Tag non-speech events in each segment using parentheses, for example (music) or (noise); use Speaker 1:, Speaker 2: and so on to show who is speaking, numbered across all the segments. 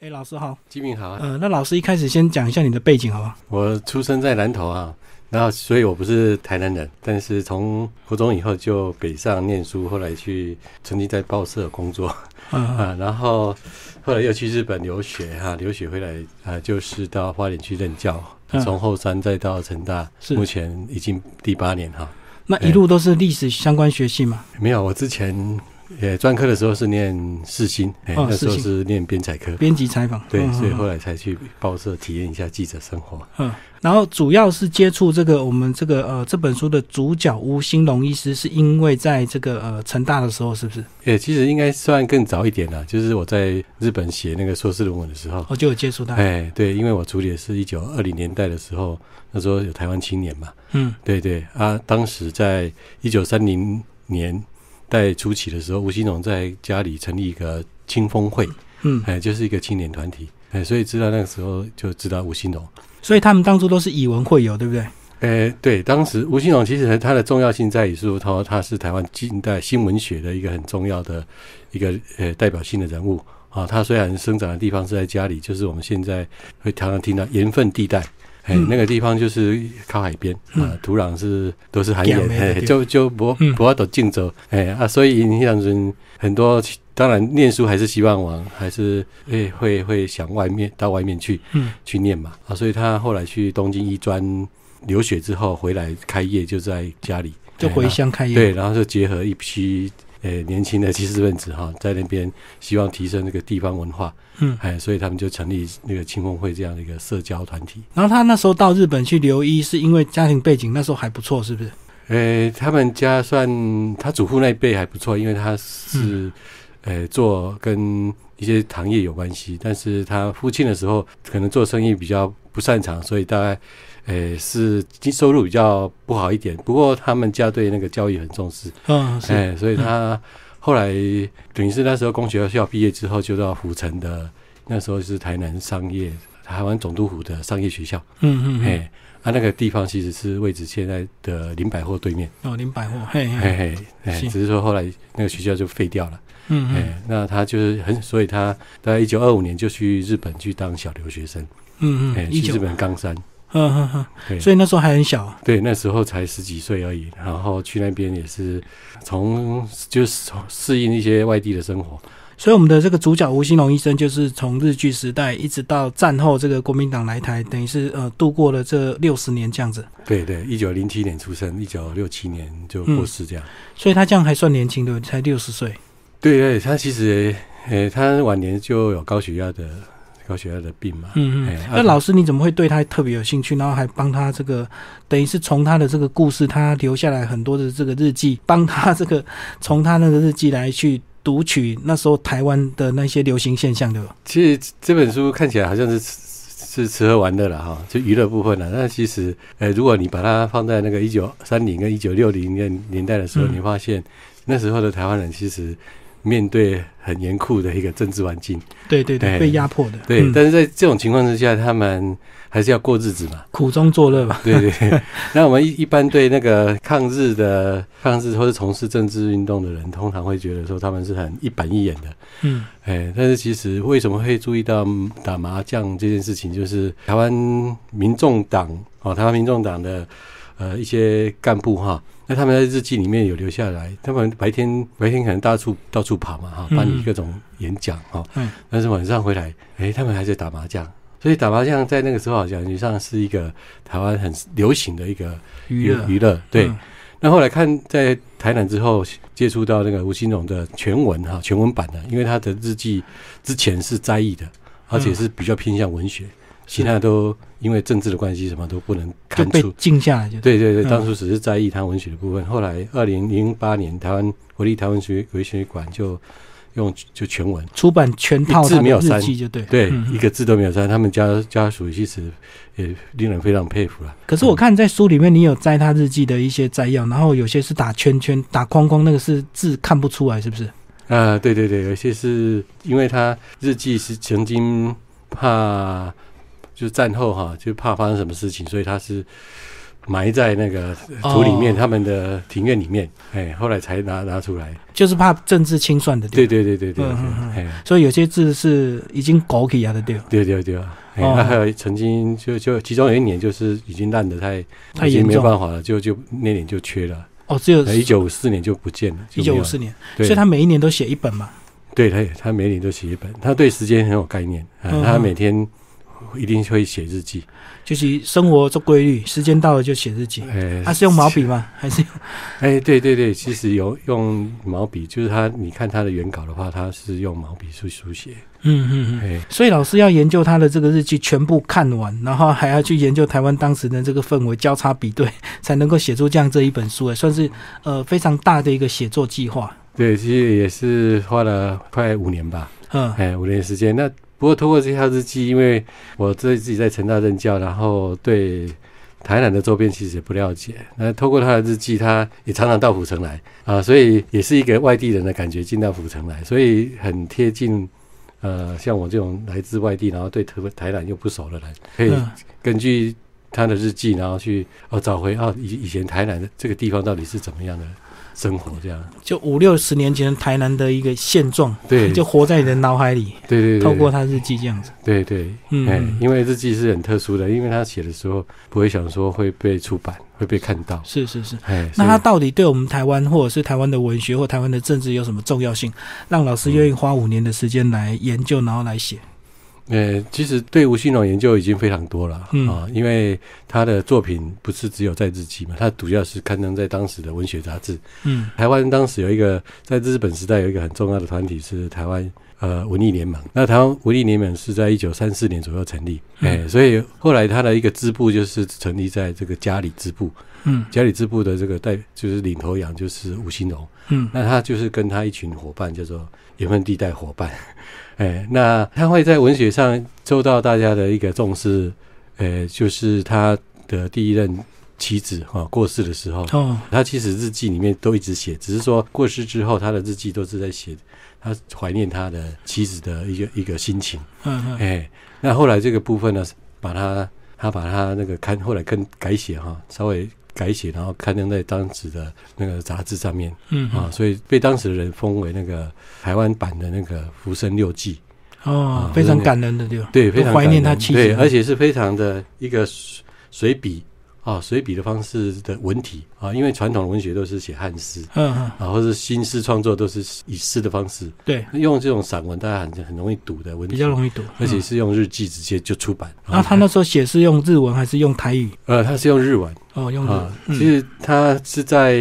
Speaker 1: 哎，老师好。
Speaker 2: 基民好啊，
Speaker 1: 呃，那老师一开始先讲一下你的背景好不好？
Speaker 2: 我出生在南投啊，然后所以我不是台南人，但是从国中以后就北上念书，后来去曾经在报社工作 (laughs)
Speaker 1: 呃，
Speaker 2: 啊，然后后来又去日本留学哈、留学回来啊，就是到花莲去任教，
Speaker 1: 嗯
Speaker 2: 从后山再到成大，
Speaker 1: 是
Speaker 2: 目前已经第八年哈、
Speaker 1: 那
Speaker 2: 哎
Speaker 1: 一路都是历史相关学系嘛？
Speaker 2: 没有，我之前呃专科的时候是念世新，哎、
Speaker 1: 哦
Speaker 2: 那时候
Speaker 1: 世新
Speaker 2: 是念编采科，
Speaker 1: 编辑采访。
Speaker 2: 对，
Speaker 1: 嗯
Speaker 2: 所以
Speaker 1: 嗯
Speaker 2: 后来才去报社体验一下记者生活。
Speaker 1: 嗯，然后主要是接触这个我们这个呃这本书的主角吴兴隆医师，是因为在这个呃成大的时候，是不是？
Speaker 2: 诶、其实应该算更早一点啦，就是我在日本写那个硕士论文的时候，
Speaker 1: 我哦就有接触到。
Speaker 2: 哎、对，因为我处理的是一九二零年代的时候，那时候有台湾青年嘛，
Speaker 1: 嗯
Speaker 2: 对对啊，当时在一九三零年代初期的时候，吴兴荣在家里成立一个青峰会，
Speaker 1: 嗯，
Speaker 2: 哎、就是一个青年团体，哎、所以知道那个时候就知道吴兴荣。
Speaker 1: 所以他们当初都是以文会友，对不对？
Speaker 2: 诶，对，当时吴兴荣其实他的重要性在于说，他他是台湾近代新文学的一个很重要的一个呃代表性的人物啊。他虽然生长的地方是在家里，就是我们现在会常常听到盐分地带。哎、
Speaker 1: 嗯
Speaker 2: 那个地方就是靠海边啊
Speaker 1: 嗯，
Speaker 2: 土壤是都是含
Speaker 1: 咸
Speaker 2: 盐，
Speaker 1: 的
Speaker 2: 哎、
Speaker 1: 地方
Speaker 2: 就就不
Speaker 1: 嗯
Speaker 2: 不要走竞走，哎、啊，所以你想人很多，当然念书还是希望往，还是会会会想外面到外面去，
Speaker 1: 嗯
Speaker 2: 去念嘛啊，所以他后来去东京医专留学之后回来开业，就在家里
Speaker 1: 就回、乡开
Speaker 2: 哎
Speaker 1: 业。
Speaker 2: 那对，然后就结合一批呃年轻的知识分子哈、在那边希望提升这个地方文化，
Speaker 1: 嗯，
Speaker 2: 哎，所以他们就成立那个青峰会这样的一个社交团体。
Speaker 1: 然后他那时候到日本去留医，是因为家庭背景那时候还不错，是不是？
Speaker 2: 呃，他们家算他祖父那一辈还不错，因为他
Speaker 1: 嗯
Speaker 2: 是、呃做跟一些行业有关系，但是他父亲的时候可能做生意比较不擅长，所以大概呃是经收入比较不好一点。不过他们家对那个教育很重视，
Speaker 1: 嗯，是。
Speaker 2: 哎、所以他后来等于是那时候工学校毕业之后，就到府城的那时候是台南商业台湾总督府的商业学校，
Speaker 1: 嗯嗯嗯。
Speaker 2: 哎、啊那个地方其实是位置现在的林百货对面。
Speaker 1: 哦，林百货，嘿嘿，
Speaker 2: 嘿嘿，哎，
Speaker 1: 是
Speaker 2: 只是说后来那个学校就废掉了，
Speaker 1: 嗯嗯
Speaker 2: 哎，那他就是很，所以他大概一九二五年就去日本去当小留学生，
Speaker 1: 嗯
Speaker 2: 哎，
Speaker 1: 嗯，一
Speaker 2: 去
Speaker 1: 九
Speaker 2: 日，本冈山，
Speaker 1: 嗯嗯嗯。
Speaker 2: 对
Speaker 1: 所以那时候还很小啊，
Speaker 2: 对，那时候才十几岁而已，然后去那边也是从就是从适应一些外地的生活，
Speaker 1: 所以我们的这个主角吴兴隆医生，就是从日据时代一直到战后这个国民党来台，等于是呃度过了这六十年这样子，
Speaker 2: 对对，一九零七年出生，一九六七年就过世这样，
Speaker 1: 所以他这样还算年轻的，才六十岁。
Speaker 2: 对对，他其实，呃，他晚年就有高血压的高血压的病嘛，
Speaker 1: 嗯
Speaker 2: 哎
Speaker 1: 嗯，
Speaker 2: 啊
Speaker 1: 那老师你怎么会对他特别有兴趣，然后还帮他这个，等于是从他的这个故事，他留下来很多的这个日记，帮他这个从他那个日记来去读取那时候台湾的那些流行现象，对吧？
Speaker 2: 其实这本书看起来好像是吃是吃喝玩乐了哈，就娱乐部分了。但其实，呃，如果你把它放在那个一九三零跟一九六零年年代的时候，
Speaker 1: 嗯
Speaker 2: 你发现那时候的台湾人其实面对很严酷的一个政治环境，
Speaker 1: 对对对，
Speaker 2: 哎
Speaker 1: 被压迫的，
Speaker 2: 对。
Speaker 1: 嗯
Speaker 2: 但是在这种情况之下，他们还是要过日子嘛，
Speaker 1: 苦中作乐吧。 (laughs)
Speaker 2: 对对对。那我们一一般对那个抗日的抗日或是从事政治运动的人，通常会觉得说他们是很一板一眼的，
Speaker 1: 嗯
Speaker 2: 哎，但是其实为什么会注意到嗯打麻将这件事情，就是台湾民众党哦，台湾民众党的呃一些干部哈，那他们在日记里面有留下来，他们白天白天可能到处到处跑嘛哈，
Speaker 1: 嗯
Speaker 2: 办理各种演讲哈，
Speaker 1: 嗯
Speaker 2: 但是晚上回来，哎，他们还在打麻将。所以打麻将在那个时候好像感觉上是一个台湾很流行的一个
Speaker 1: 娱乐
Speaker 2: 娱乐，对。
Speaker 1: 嗯
Speaker 2: 那后来看在台南之后，接触到那个吴兴荣的全文哈、全文版的，因为他的日记之前是摘译的，而且是比较偏向文学，
Speaker 1: 嗯
Speaker 2: 其他都因为政治的关系，什么都不能
Speaker 1: 就
Speaker 2: 看
Speaker 1: 被
Speaker 2: 出。
Speaker 1: 禁下来就，
Speaker 2: 对对对，
Speaker 1: 嗯
Speaker 2: 当初只是摘译他文学的部分。后来二零零八年，台湾国立台湾学文学馆就用就全文，
Speaker 1: 出版全套
Speaker 2: 一
Speaker 1: 他
Speaker 2: 字
Speaker 1: 的
Speaker 2: 没有
Speaker 1: 日
Speaker 2: 删
Speaker 1: 记就对。
Speaker 2: 对、
Speaker 1: 嗯
Speaker 2: 一个字都没有删。他们家家属其实也令人非常佩服了。啊
Speaker 1: 可是我看在书里面，你有摘他日记的一些摘要，然后有些是打圈圈、打框框，那个是字看不出来，是不是？
Speaker 2: 啊、对对对，有些是因为他日记是曾经怕，就是战后哈、就怕发生什么事情，所以他是埋在那个土里
Speaker 1: 哦
Speaker 2: 面，他们的庭院里面，哎，后来才拿拿出来。
Speaker 1: 就是怕政治清算的
Speaker 2: 对
Speaker 1: 对吧，
Speaker 2: 对对对对，
Speaker 1: 嗯嗯嗯
Speaker 2: 哎，
Speaker 1: 所以有些字是已经狗起来的对吧，
Speaker 2: 对对对啊，哎，
Speaker 1: 哦
Speaker 2: 那还有曾经就就其中有一年就是已经烂的太
Speaker 1: 太
Speaker 2: 已
Speaker 1: 严
Speaker 2: 经没
Speaker 1: 重了
Speaker 2: 办法了，就就那年就缺了，
Speaker 1: 哦，只有
Speaker 2: 一九五四年就不见了，
Speaker 1: 一九五四年，
Speaker 2: 就没有了，对
Speaker 1: 所以他每一年都写一本嘛，
Speaker 2: 对他也他每年都写一本，他对时间很有概念，啊
Speaker 1: 嗯，
Speaker 2: 他每天一定会写日记，
Speaker 1: 就是生活做规律，时间到了就写日记。
Speaker 2: 哎
Speaker 1: 嗯啊他、是用毛笔吗？还
Speaker 2: (laughs)
Speaker 1: 是
Speaker 2: 哎，对对对，其实有用毛笔，就是他，你看他的原稿的话，他是用毛笔去书写。
Speaker 1: 嗯嗯嗯。
Speaker 2: 哎，
Speaker 1: 所以老师要研究他的这个日记全部看完，然后还要去研究台湾当时的这个氛围，交叉比对，才能够写出这样这一本书，哎，算是呃非常大的一个写作计划。
Speaker 2: 对，其实也是花了快五年吧，
Speaker 1: 嗯，
Speaker 2: 哎，五年时间。那不过通过这条日记，因为我自自己在成大任教，然后对台南的周边其实也不了解，那透过他的日记，他也常常到府城来啊，所以也是一个外地人的感觉进到府城来，所以很贴近。呃，像我这种来自外地，然后对台台南又不熟的人，可以
Speaker 1: 嗯
Speaker 2: 根据他的日记，然后去哦找回啊以以前台南的这个地方到底是怎么样的生活这样。
Speaker 1: 就五六十年前台南的一个现状，
Speaker 2: 对，
Speaker 1: 就
Speaker 2: 对
Speaker 1: 活在你的脑海里，
Speaker 2: 对对，
Speaker 1: 透过他日记这样子。
Speaker 2: 对对，哎
Speaker 1: 嗯，，
Speaker 2: 因为日记是很特殊的，因为他写的时候不会想说会被出版，会被看到。
Speaker 1: 是是是。
Speaker 2: 哎，
Speaker 1: 那
Speaker 2: 所以
Speaker 1: 他到底对我们台湾或者是台湾的文学或台湾的政治有什么重要性，让老师愿意花五年的时间来研究，然后来写？
Speaker 2: 呃，其实对吴兴荣研究已经非常多了、
Speaker 1: 嗯
Speaker 2: 啊，因为他的作品不是只有在日记嘛，他主要是刊登在当时的文学杂志。
Speaker 1: 嗯
Speaker 2: 台湾当时有一个在日本时代有一个很重要的团体是台湾呃文艺联盟，那台湾文艺联盟是在一九三四年左右成立，
Speaker 1: 嗯
Speaker 2: 哎、所以后来他的一个支部就是成立在这个嘉里支部，
Speaker 1: 嗯
Speaker 2: 嘉里支部的这个代就是领头羊就是吴哦兴荣，
Speaker 1: 嗯
Speaker 2: 那他就是跟他一群伙伴叫做缘分地带伙伴， (laughs) 哎，那他会在文学上受到大家的一个重视，呃，就是他的第一任妻子哈、过世的时候，
Speaker 1: 哦
Speaker 2: 他其实日记里面都一直写，只是说过世之后，他的日记都是在写他怀念他的妻子的一个一个心情。
Speaker 1: 嗯嗯
Speaker 2: 哎，那后来这个部分呢，把他他把他那个刊后来跟改写哈，稍微改写，然后刊登在当时的那个杂志上面
Speaker 1: 嗯
Speaker 2: 啊，
Speaker 1: 嗯
Speaker 2: 所以被当时的人封为那个台湾版的那个《浮生六记》。
Speaker 1: 哦
Speaker 2: 啊，
Speaker 1: 非常感人的对吧？
Speaker 2: 对，非常
Speaker 1: 怀念
Speaker 2: 感人
Speaker 1: 他妻子
Speaker 2: 对，而且是非常的一个随随笔啊，随笔的方式的文体啊，因为传统文学都是写汉诗。
Speaker 1: 嗯嗯
Speaker 2: 啊，或者新诗创作都是以诗的方式，
Speaker 1: 对，
Speaker 2: 用这种散文，大家很很容易读的文体，
Speaker 1: 比较容易读，
Speaker 2: 而且
Speaker 1: 嗯。
Speaker 2: 是用日记直接就出版。啊
Speaker 1: 然后他那时候写是用日文还是用台语？
Speaker 2: 呃，他是用日文
Speaker 1: 哦，用日文
Speaker 2: 啊，，其
Speaker 1: 嗯
Speaker 2: 实他是在，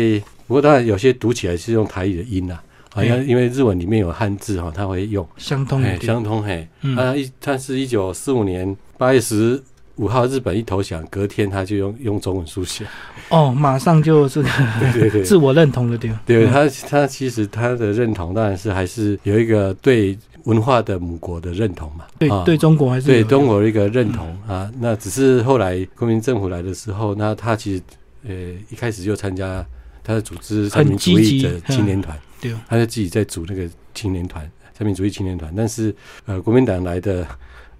Speaker 2: 不过当然有些读起来是用台语的音啦，啊，因为因为日文里面有汉字哈，他会用，
Speaker 1: 相通
Speaker 2: 哎
Speaker 1: 一，点。
Speaker 2: 相呃通嘿，
Speaker 1: 嗯
Speaker 2: 他一他是一九四五年八月十五号日本一投降，隔天他就用用中文书
Speaker 1: (laughs)
Speaker 2: 写，
Speaker 1: 哦，马上就这个
Speaker 2: 对对对，
Speaker 1: 自我认同了对吧？
Speaker 2: 对
Speaker 1: 嗯
Speaker 2: 他，他其实他的认同当然是还是有一个对文化的母国的认同嘛，
Speaker 1: 对
Speaker 2: 啊、
Speaker 1: 对中国还是
Speaker 2: 对
Speaker 1: 有嗯的
Speaker 2: 中国的一个认同、啊。那只是后来国民政府来的时候，那他其实呃一开始就参加他的组织三民主义者
Speaker 1: 很积极
Speaker 2: 青年团，
Speaker 1: 对哦
Speaker 2: 他就自己在组那个青年团三民主义青年团，但是呃国民党来的。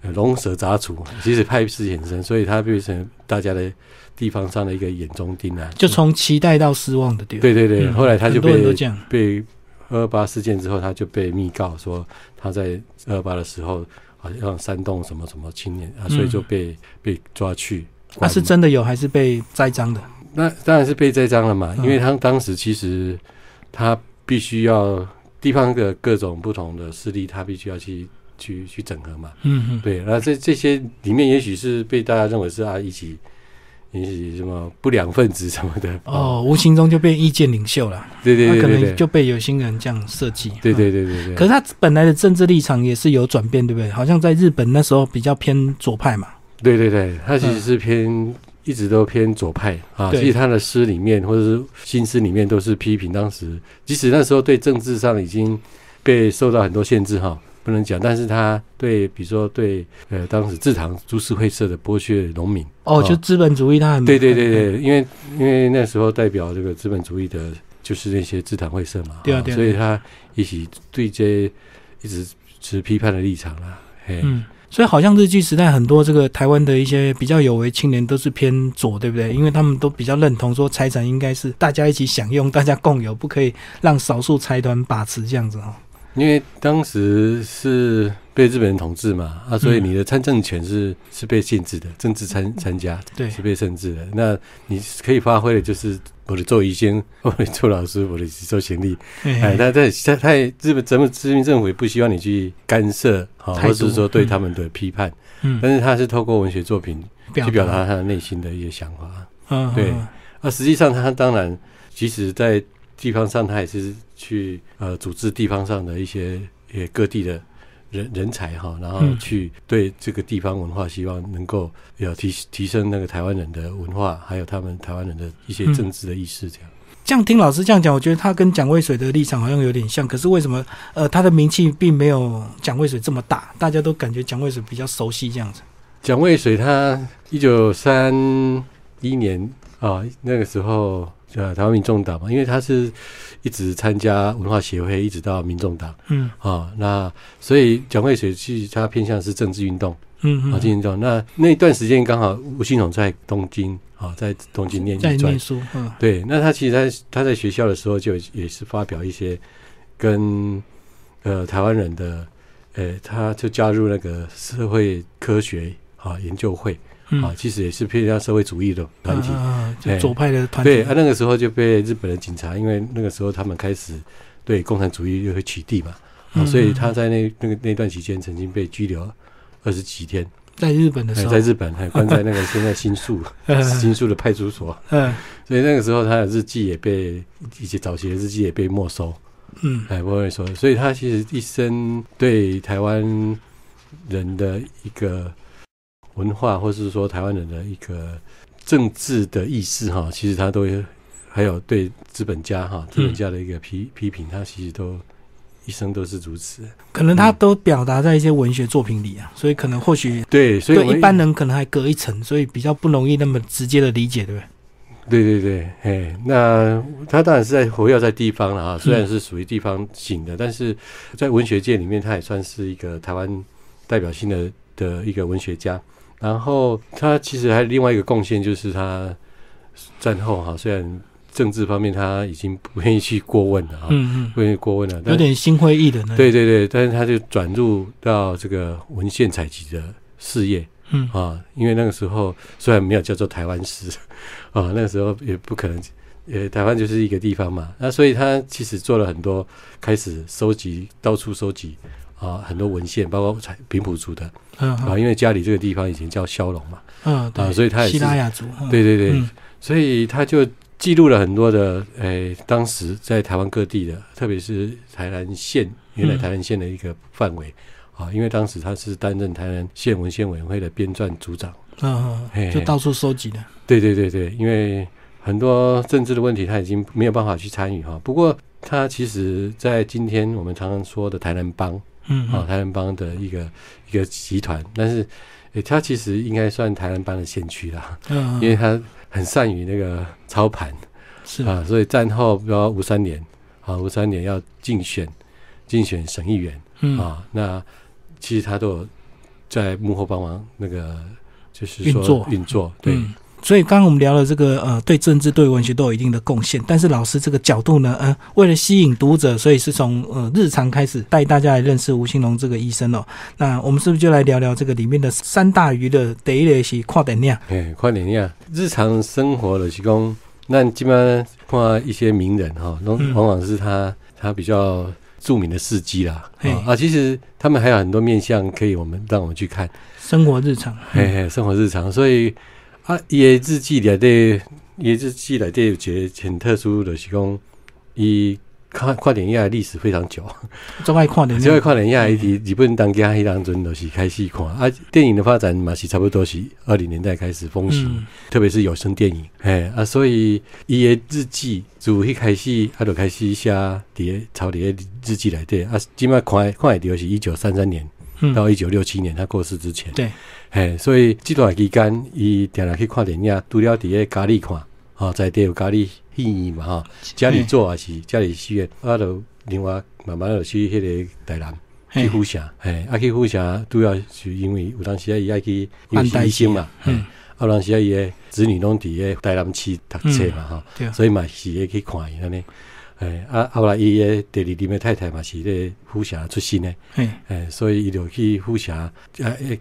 Speaker 2: 呃龙蛇杂处，其实派系很深，所以他变成大家的地方上的一个眼中钉啊。
Speaker 1: 就从期待到失望的对吧？
Speaker 2: 对对对，
Speaker 1: 嗯
Speaker 2: 后来他就
Speaker 1: 很多
Speaker 2: 被
Speaker 1: 人都这样。
Speaker 2: 被二二八事件之后，他就被密告说他在二二八的时候好像煽动什么什么青年啊，
Speaker 1: 嗯
Speaker 2: 所以就被、被抓去。
Speaker 1: 那、啊是真的有还是被栽赃的？
Speaker 2: 那当然是被栽赃了嘛，
Speaker 1: 嗯
Speaker 2: 因为他当时其实他必须要地方的各种不同的势力，他必须要去去去整合嘛。
Speaker 1: 嗯嗯，
Speaker 2: 对，那这这些里面也许是被大家认为是啊一起。也许什么不良分子什么的，
Speaker 1: 哦，无形中就变意见领袖了，
Speaker 2: 对啊对
Speaker 1: 他
Speaker 2: 对
Speaker 1: 可
Speaker 2: 对
Speaker 1: 能
Speaker 2: 对，
Speaker 1: 就被有心人这样设计。
Speaker 2: 对
Speaker 1: 嗯
Speaker 2: 对对对对。
Speaker 1: 可是他本来的政治立场也是有转变，对不对？好像在日本那时候比较偏左派嘛。
Speaker 2: 对对对，他其实是偏、一直都偏左派啊。
Speaker 1: 对
Speaker 2: 其实他的诗里面或者是新诗里面都是批评当时，即使那时候对政治上已经被受到很多限制哈，不能讲，但是他对比如说对呃当时制糖株式会社的剥削农民，
Speaker 1: 哦，
Speaker 2: 哦
Speaker 1: 就资本主义他很
Speaker 2: 对对对对，因为因为那时候代表这个资本主义的就是那些制糖会社嘛，
Speaker 1: 对啊对啊
Speaker 2: 所以他一起对这一直持批判的立场啦、嘿，
Speaker 1: 嗯，所以好像日据时代很多这个台湾的一些比较有为青年都是偏左，对不对？因为他们都比较认同说财产应该是大家一起享用、大家共有，不可以让少数财团把持这样子哦。
Speaker 2: 因为当时是被日本人统治嘛，啊，
Speaker 1: 嗯
Speaker 2: 所以你的参政权是、是被限制的，政治参参加
Speaker 1: 对
Speaker 2: 是被限制的。那你可以发挥的就是我的做医生， (laughs) 我的做老师，我的做行李。哎，
Speaker 1: 哎
Speaker 2: 他在他他也日本咱们殖民政府也不希望你去干涉，好、
Speaker 1: 态
Speaker 2: 或
Speaker 1: 度
Speaker 2: 者是说对他们的批判，
Speaker 1: 嗯，
Speaker 2: 但是他是透过文学作品去表
Speaker 1: 达，
Speaker 2: 达他内心的一些想法。
Speaker 1: 嗯，
Speaker 2: 对
Speaker 1: 嗯
Speaker 2: 啊，实际上他当然，即使在地方上，他也是去呃组织地方上的一些也各地的人人才哈，然后
Speaker 1: 嗯
Speaker 2: 去对这个地方文化，希望能够要提提升那个台湾人的文化，还有他们台湾人的一些
Speaker 1: 嗯
Speaker 2: 政治的意识这样。
Speaker 1: 这样听老师这样讲，我觉得他跟蒋渭水的立场好像有点像，可是为什么呃他的名气并没有蒋渭水这么大？大家都感觉蒋渭水比较熟悉这样子。
Speaker 2: 蒋渭水他一九三一年啊、那个时候呃台湾民众党嘛，因为他是一直参加文化协会，一直到民众党
Speaker 1: 嗯
Speaker 2: 啊，那所以蒋渭水其实他偏向是政治运动
Speaker 1: 嗯
Speaker 2: 啊，政治
Speaker 1: 嗯，
Speaker 2: 运动。那那一段时间刚好吴兴统在东京啊，在东京念
Speaker 1: 在
Speaker 2: 艺专
Speaker 1: 念，书，嗯
Speaker 2: 对，那他其实他他在学校的时候就也是发表一些跟呃台湾人的，呃，他就加入那个社会科学啊研究会
Speaker 1: 嗯
Speaker 2: 啊，其实也是偏向社会主义的团体。
Speaker 1: 嗯嗯嗯就
Speaker 2: 哎
Speaker 1: 左派的团体。
Speaker 2: 对，啊，那个时候就被日本的警察，因为那个时候他们开始对共产主义又会取缔嘛，啊，
Speaker 1: 嗯
Speaker 2: 所以
Speaker 1: 嗯
Speaker 2: 他在那那个那段期间曾经被拘留二十几天，
Speaker 1: 在日本的
Speaker 2: 还
Speaker 1: 时候，
Speaker 2: 哎
Speaker 1: 呃
Speaker 2: 在日本还关在那个现在新
Speaker 1: (laughs)
Speaker 2: 宿新宿的派出所。
Speaker 1: 嗯
Speaker 2: 所以那个时候他的日记也被以及早期的日记也被没收，
Speaker 1: 嗯
Speaker 2: 哎，不会说，所以他其实一生对台湾人的一个文化，或是说台湾人的一个政治的意识哈，其实他都有还有对资本家哈，
Speaker 1: 嗯
Speaker 2: 资本家的一个批批评，他其实都一生都是如此。
Speaker 1: 可能他都表达在一些文学作品里啊，所以可能或许
Speaker 2: 对，所以
Speaker 1: 对
Speaker 2: 我们
Speaker 1: 一般人可能还隔一层，所以比较不容易那么直接的理解，对不对？
Speaker 2: 对对对，哎，那他当然是在活跃在地方了
Speaker 1: 嗯
Speaker 2: 啊，虽然是属于地方型的，但是在文学界里面，他也算是一个台湾代表性的的一个文学家。然后他其实还有另外一个贡献就是他战后哈、虽然政治方面他已经不愿意去过问了啊，
Speaker 1: 嗯
Speaker 2: 不愿意过问了，
Speaker 1: 嗯，有
Speaker 2: 但
Speaker 1: 点心灰意冷的。
Speaker 2: 对，对对，但是他就转入到这个文献采集的事业。
Speaker 1: 嗯
Speaker 2: 啊，因为那个时候虽然没有叫做台湾史，啊，那个时候也不可能，呃，台湾就是一个地方嘛，那所以他其实做了很多，开始收集，到处收集啊，很多文献，包括采平埔族的
Speaker 1: 嗯
Speaker 2: 啊，
Speaker 1: 嗯
Speaker 2: 因为家里这个地方以前叫骁龙嘛，
Speaker 1: 嗯，
Speaker 2: 啊，
Speaker 1: 对，
Speaker 2: 所以他也
Speaker 1: 希
Speaker 2: 是，
Speaker 1: 腊雅族，嗯
Speaker 2: 对对对
Speaker 1: 嗯，
Speaker 2: 所以他就记录了很多的，呃，当时在台湾各地的，特别是台南县，原来
Speaker 1: 嗯
Speaker 2: 台南县的一个范围。啊，因为当时他是担任台南县文献委员会的编撰组长，
Speaker 1: 嗯嗯，
Speaker 2: 嘿
Speaker 1: 就
Speaker 2: 嘿
Speaker 1: 到处收集的。
Speaker 2: 对对对对，因为很多政治的问题他已经没有办法去参与哈。不过他其实，在今天我们常常说的台南帮
Speaker 1: 嗯
Speaker 2: 啊，
Speaker 1: 嗯
Speaker 2: 台南帮的一个一个集团，但是诶，他其实应该算台南帮的先驱啦，
Speaker 1: 嗯，
Speaker 2: 因为他很善于那个操盘
Speaker 1: 是
Speaker 2: 啊，所以战后比如说五三年啊，五三年要竞选竞选省议员
Speaker 1: 嗯
Speaker 2: 啊，那其实他都有在幕后帮忙那个。就是
Speaker 1: 运
Speaker 2: 说
Speaker 1: 作
Speaker 2: 运作，对，
Speaker 1: 嗯所以刚刚我们聊了这个呃，对政治、对文学都有一定的贡献，但是老师这个角度呢，呃，为了吸引读者，所以是从呃日常开始带大家来认识吴兴隆这个医生哦。那我们是不是就来聊聊这个里面的三大娱乐？第一类是跨等量，
Speaker 2: 哎，快点呀！日常生活就是讲，咱基本看一些名人哈，拢
Speaker 1: 嗯
Speaker 2: 往往是他他比较著名的事迹啦。
Speaker 1: 嘿
Speaker 2: 哦啊，其实他们还有很多面向可以我们让我们去看，
Speaker 1: 生活日常，嗯
Speaker 2: 嘿嘿，生活日常。所以啊，伊的日记里底，伊的日记里底有一个很特殊的，就是讲，伊看看电影的历史非常久。
Speaker 1: 嗯做爱跨等
Speaker 2: 只会
Speaker 1: 量，
Speaker 2: 看电影，伊日本当家迄当阵就是开始看啊。电影的发展嘛是差不多是二零年代开始风行。
Speaker 1: 嗯
Speaker 2: 特别是有声电影，哎啊，所以伊的日记自迄开始，啊，就开始写伫咧朝伫咧日记内底啊，即摆看看会到是一九三三年
Speaker 1: 嗯
Speaker 2: 到一九六七年他过世之前，
Speaker 1: 对，
Speaker 2: 嘿，所以这段期间，伊定定去看电影，除了伫咧家里看，吼、在地有家里戏院嘛，吼、家里做也是家里戏院，啊，就另外慢慢就去迄个台南，去护城，哎，啊去护城主要是因为有当时啊伊爱去，因为
Speaker 1: 办代
Speaker 2: 是医
Speaker 1: 志
Speaker 2: 生嘛，嘿
Speaker 1: 嗯
Speaker 2: 啊有当时啊伊诶子女拢伫诶台南市读册嘛吼，
Speaker 1: 对，
Speaker 2: 所以嘛是会去看伊安尼。哎，啊，后来伊诶第二任诶太太嘛是咧富城出身诶，
Speaker 1: 嘿，
Speaker 2: 哎，所以伊就去富城，啊，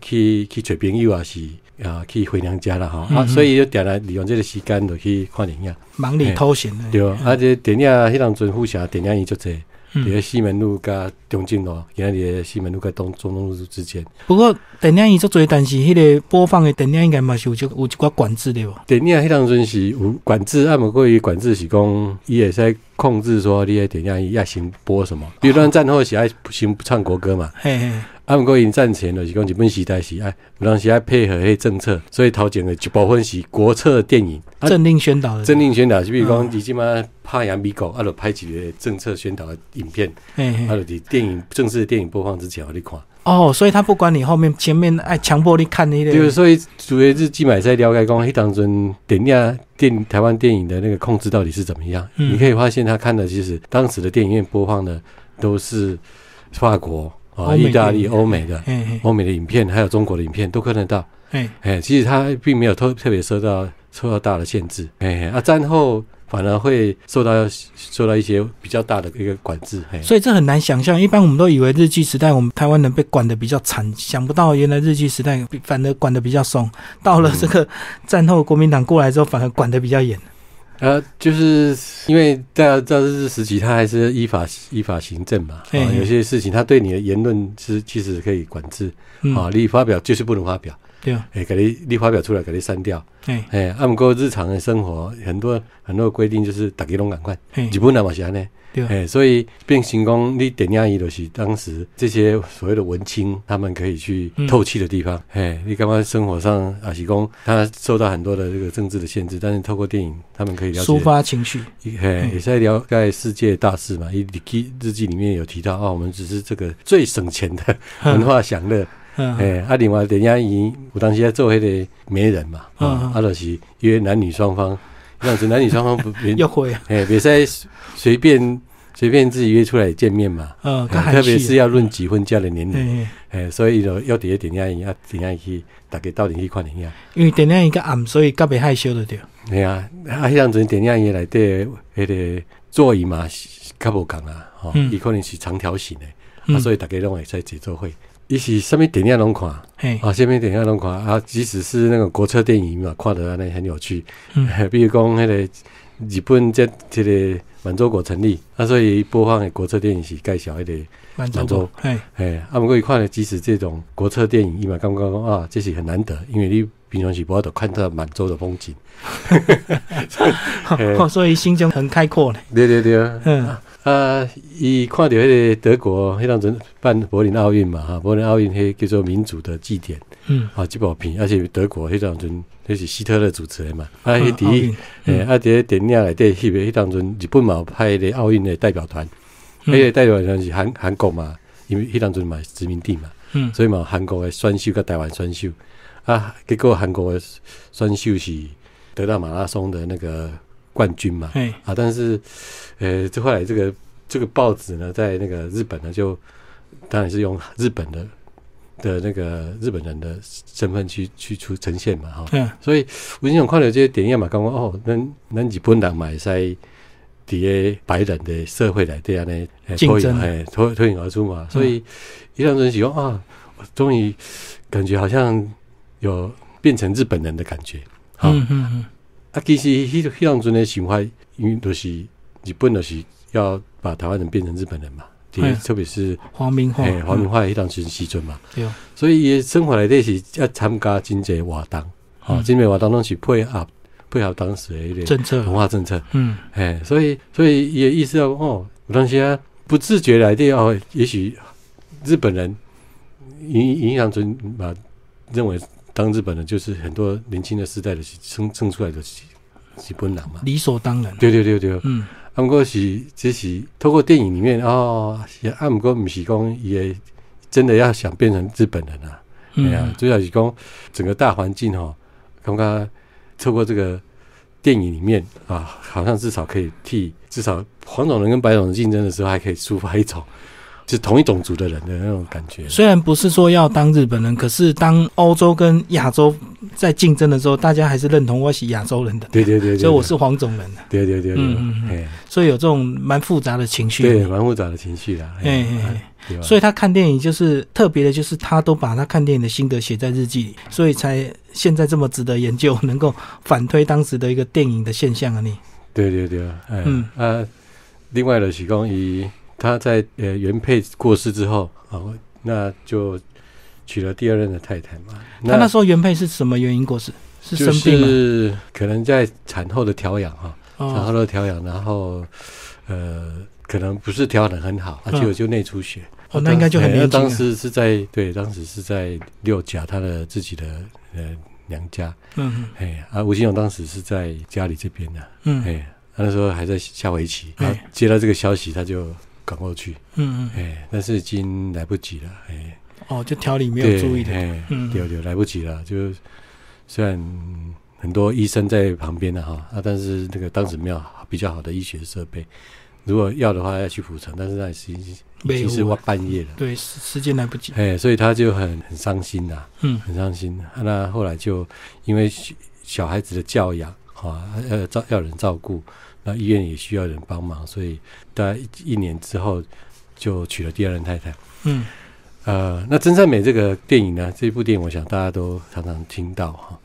Speaker 2: 去去找朋友啊，是啊，去回娘家啦吼，
Speaker 1: 嗯
Speaker 2: 啊，
Speaker 1: 嗯
Speaker 2: 所以就定来利用这个时间就去看电影，
Speaker 1: 忙里偷闲的，
Speaker 2: 对，啊，这电影迄当阵富城电影院足济，伫
Speaker 1: 嗯
Speaker 2: 咧西门路甲中正路，今日的西门路甲东中东路之间，
Speaker 1: 不过电影伊足多，但是迄个播放的电影应该嘛是有一有一寡管制的无？
Speaker 2: 电影迄当阵是有管制，啊，毋过伊管制是讲伊会使控制说你的电影伊要先播什么，比如咱战后是爱先唱国歌嘛，
Speaker 1: 嘿嘿，
Speaker 2: 啊，毋过因战前就是讲日本时代是爱，有当时爱配合迄政策，所以头前的一部分是国策电影，啊，
Speaker 1: 政令宣导的，
Speaker 2: 政，令宣导是比如
Speaker 1: 嗯
Speaker 2: 讲伊即马拍赢美国，啊，就拍一个政策宣导的影片，
Speaker 1: 嘿嘿
Speaker 2: 啊，。就伫电影正式的电影播放之前，我你看。
Speaker 1: 哦，所以他不管你后面前面爱强迫你看那个，
Speaker 2: 对，所以主要日记买在了解讲，迄当中电影电台湾电影的那个控制到底是怎么样？
Speaker 1: 嗯
Speaker 2: 你可以发现，他看的其实当时的电影院播放的都是法国
Speaker 1: 欧
Speaker 2: 啊、
Speaker 1: 美
Speaker 2: 意大利、
Speaker 1: 电影
Speaker 2: 欧美的、
Speaker 1: 嘿嘿
Speaker 2: 欧美的影片，还有中国的影片都看得到。
Speaker 1: 嘿，
Speaker 2: 哎，其实他并没有特特别受到受到大的限制。哎，啊，战后反而会受到受到一些比较大的一个管制。哎，
Speaker 1: 所以这很难想象。一般我们都以为日剧时代我们台湾人被管得比较惨，想不到原来日剧时代比反而管得比较松，到了这个战后国民党过来之后，反而管得比较严。
Speaker 2: 呃，就是因为在在日治时期，他还是依法依法行政嘛，啊、
Speaker 1: 嘿嘿
Speaker 2: 有些事情他对你的言论是其实可以管制，
Speaker 1: 嗯，
Speaker 2: 啊、你发表就是不能发表，
Speaker 1: 对啊，
Speaker 2: 哎、给你你发表出来给你删掉，
Speaker 1: 嘿
Speaker 2: 哎、啊，不过日常的生活很多很多规定就是大家拢赶快，
Speaker 1: 嘿
Speaker 2: 日，本人嘛是安尼，
Speaker 1: 嗯对啊
Speaker 2: 哎、所以变形工你电影伊就是当时这些所谓的文青他们可以去
Speaker 1: 嗯
Speaker 2: 透气的地方，哎、你干嘛生活上啊是讲他受到很多的这个政治的限制，但是透过电影他们可以了解
Speaker 1: 抒发情绪，嗯
Speaker 2: 嘿，也是在了解世界大事嘛。日记日记里面有提到啊，我们只是这个最省钱的文化享乐。
Speaker 1: 嗯，
Speaker 2: 哎，啊，另外人家伊有当时在做迄个媒人嘛，
Speaker 1: 嗯
Speaker 2: 啊
Speaker 1: 嗯，
Speaker 2: 啊，就是约男女
Speaker 1: (laughs)
Speaker 2: 双方，这样子男女双方不别
Speaker 1: 又会，
Speaker 2: 哎，别再随便随便自己约出来见面嘛。
Speaker 1: 嗯，更
Speaker 2: 哎特
Speaker 1: 含蓄，
Speaker 2: 别是
Speaker 1: 要，
Speaker 2: 要论及婚嫁的年龄，
Speaker 1: 嘿，
Speaker 2: 哎，所以就要伫咧电影院啊，电影院去大家到底去看电影。
Speaker 1: 因为电影一个暗，所以较袂害羞的对。
Speaker 2: 系啊，啊，迄当阵电影院内底迄个座椅嘛是较无共啊，吼、
Speaker 1: 嗯
Speaker 2: 伊、可能是长条形的，啊，
Speaker 1: 嗯，
Speaker 2: 所
Speaker 1: 以，
Speaker 2: 以大家拢会使坐做伙。伊是啥物电影拢看，啊，
Speaker 1: 嘿，
Speaker 2: 啥物电影拢看啊，即使是那个国策电影嘛，看得安尼很有趣。
Speaker 1: 嗯
Speaker 2: (laughs) 比如讲迄个日本这这个满洲国成立，啊，所以播放的国策电影是介绍迄、个。
Speaker 1: 满
Speaker 2: 满
Speaker 1: 洲
Speaker 2: 洲，
Speaker 1: 嘿，
Speaker 2: 哎，啊，不过伊看了，即使这种国策电影，伊嘛感觉讲啊，这是很难得，因为你平常时无得看到满洲的风景。
Speaker 1: (laughs)
Speaker 2: 嘿
Speaker 1: 所以心胸很开阔嘞。
Speaker 2: 对对对，
Speaker 1: 嗯，
Speaker 2: 啊，伊看到迄个德国迄当阵办柏林奥运嘛，哈，柏林奥运迄叫做民主的祭典，
Speaker 1: 嗯，
Speaker 2: 啊，即部片，而且德国迄当阵迄是希特勒主持的嘛，啊，
Speaker 1: 嗯
Speaker 2: 迄
Speaker 1: 奥
Speaker 2: 伫
Speaker 1: 运
Speaker 2: 诶，
Speaker 1: 嗯
Speaker 2: 啊，伫咧电影内底翕的迄当阵日本嘛有派迄个奥运的代表团，
Speaker 1: 嗯
Speaker 2: 迄个代表团是韩韩国嘛，因为迄当阵嘛是殖民地嘛，
Speaker 1: 嗯，
Speaker 2: 所以嘛韩国的选手甲台湾选手，啊，结果韩国的选手是得到马拉松的那个冠军嘛，
Speaker 1: 嘿，
Speaker 2: 啊，但是，呃，这后来这个这个报纸呢，在那个日本呢，就当然是用日本的的那个日本人的身份去去出呈现嘛，哈、
Speaker 1: 嗯。
Speaker 2: 所以我想看到这些电影嘛，感觉哦，咱咱日本人嘛会使伫个白人的社会内底安尼呃
Speaker 1: 竞
Speaker 2: 脱
Speaker 1: 争嗯
Speaker 2: 颖哎脱脱颖而出嘛，所以伊让人喜欢啊，我终于感觉好像有变成日本人的感觉，哈、
Speaker 1: 嗯嗯嗯，
Speaker 2: 啊，其实迄迄当阵的想法，因为就是日本就是要把台湾人变成日本人嘛，对，
Speaker 1: 嗯
Speaker 2: 特别是
Speaker 1: 黄明化，
Speaker 2: 诶华文
Speaker 1: 嗯
Speaker 2: 化迄当时时阵嘛，
Speaker 1: 对，
Speaker 2: 所以伊的生活内底是要参加真济活动，吼、
Speaker 1: 嗯
Speaker 2: 真济活动拢是配合配合当时的
Speaker 1: 政
Speaker 2: 迄个文
Speaker 1: 策，
Speaker 2: 化政策，
Speaker 1: 嗯
Speaker 2: 诶，所以所以伊的意识到哦，有当时啊不自觉内底哦，也许日本人影影响阵嘛，认为当日本人就是很多年轻的世代的是生生出来的是是本人嘛。
Speaker 1: 理所当然，
Speaker 2: 对对对对，
Speaker 1: 嗯
Speaker 2: 啊，毋过是这是透过电影里面哦，是啊，毋过毋是讲伊诶真的要想变成日本人啊，哎呀、
Speaker 1: 嗯，
Speaker 2: 主要是讲整个大环境哦，感觉透过这个电影里面啊，好像至少可以替至少黄种人跟白种人竞争的时候，还可以抒发一种是同一种族的人的那种感觉。
Speaker 1: 虽然不是说要当日本人，可是当欧洲跟亚洲在竞争的时候，大家还是认同我是亚洲人的，
Speaker 2: 对对对对，
Speaker 1: 所以我是黄种人的，
Speaker 2: 对对对对，
Speaker 1: 嗯嗯嗯
Speaker 2: 哎，
Speaker 1: 所以有这种蛮复杂的情绪。
Speaker 2: 对，蛮复杂的情绪啦，
Speaker 1: 哎哎
Speaker 2: 哎
Speaker 1: 哎，
Speaker 2: 对吧？
Speaker 1: 所以他看电影就是特别的，就是他都把他看电影的心得写在日记里，所以才现在这么值得研究，能够反推当时的一个电影的现象啊你。
Speaker 2: 对对对，哎，
Speaker 1: 嗯
Speaker 2: 啊，另外的许光仪，他在呃原配过世之后，哦，那就娶了第二任的太太嘛。
Speaker 1: 他那时候原配是什么原因过世？是
Speaker 2: 就
Speaker 1: 生病吗？
Speaker 2: 是可能在产后的调养哈，产后
Speaker 1: 哦，
Speaker 2: 的调养，然后呃，可能不是调养的很好，而
Speaker 1: 嗯
Speaker 2: 且我就内出血。
Speaker 1: 哦那应该就很
Speaker 2: 哎那
Speaker 1: 年轻
Speaker 2: 当
Speaker 1: 了。
Speaker 2: 时是在对，当时是在六甲他的自己的呃娘家，
Speaker 1: 嗯
Speaker 2: 哎啊，吴兴勇当时是在家里这边的、
Speaker 1: 嗯
Speaker 2: 哎、
Speaker 1: 嗯
Speaker 2: 他那时候还在下围棋，
Speaker 1: 哎
Speaker 2: 他接到这个消息，他就赶过去，
Speaker 1: 嗯嗯，
Speaker 2: 哎，但是已经来不及了，哎，
Speaker 1: 哦，就调理没
Speaker 2: 对
Speaker 1: 有注意的。
Speaker 2: 哎，
Speaker 1: 嗯，
Speaker 2: 对对，来不及了，就虽然嗯很多医生在旁边的哈，啊，但是那个当时没有比较好的医学设备，如果要的话要去府城，但是那已经已
Speaker 1: 没
Speaker 2: 经是
Speaker 1: 有
Speaker 2: 晚
Speaker 1: 啊。
Speaker 2: 半夜了，
Speaker 1: 对，时时间来不及。
Speaker 2: 哎，所以他就很很伤心呐、
Speaker 1: 嗯
Speaker 2: 很伤心。啊那后来就因为小小孩子的教养啊，呃，照要人照顾，那医院也需要人帮忙，所以大概一一年之后就娶了第二任太太。
Speaker 1: 嗯
Speaker 2: 呃，那《真善美》这个电影呢，这部电影我想大家都常常听到哈。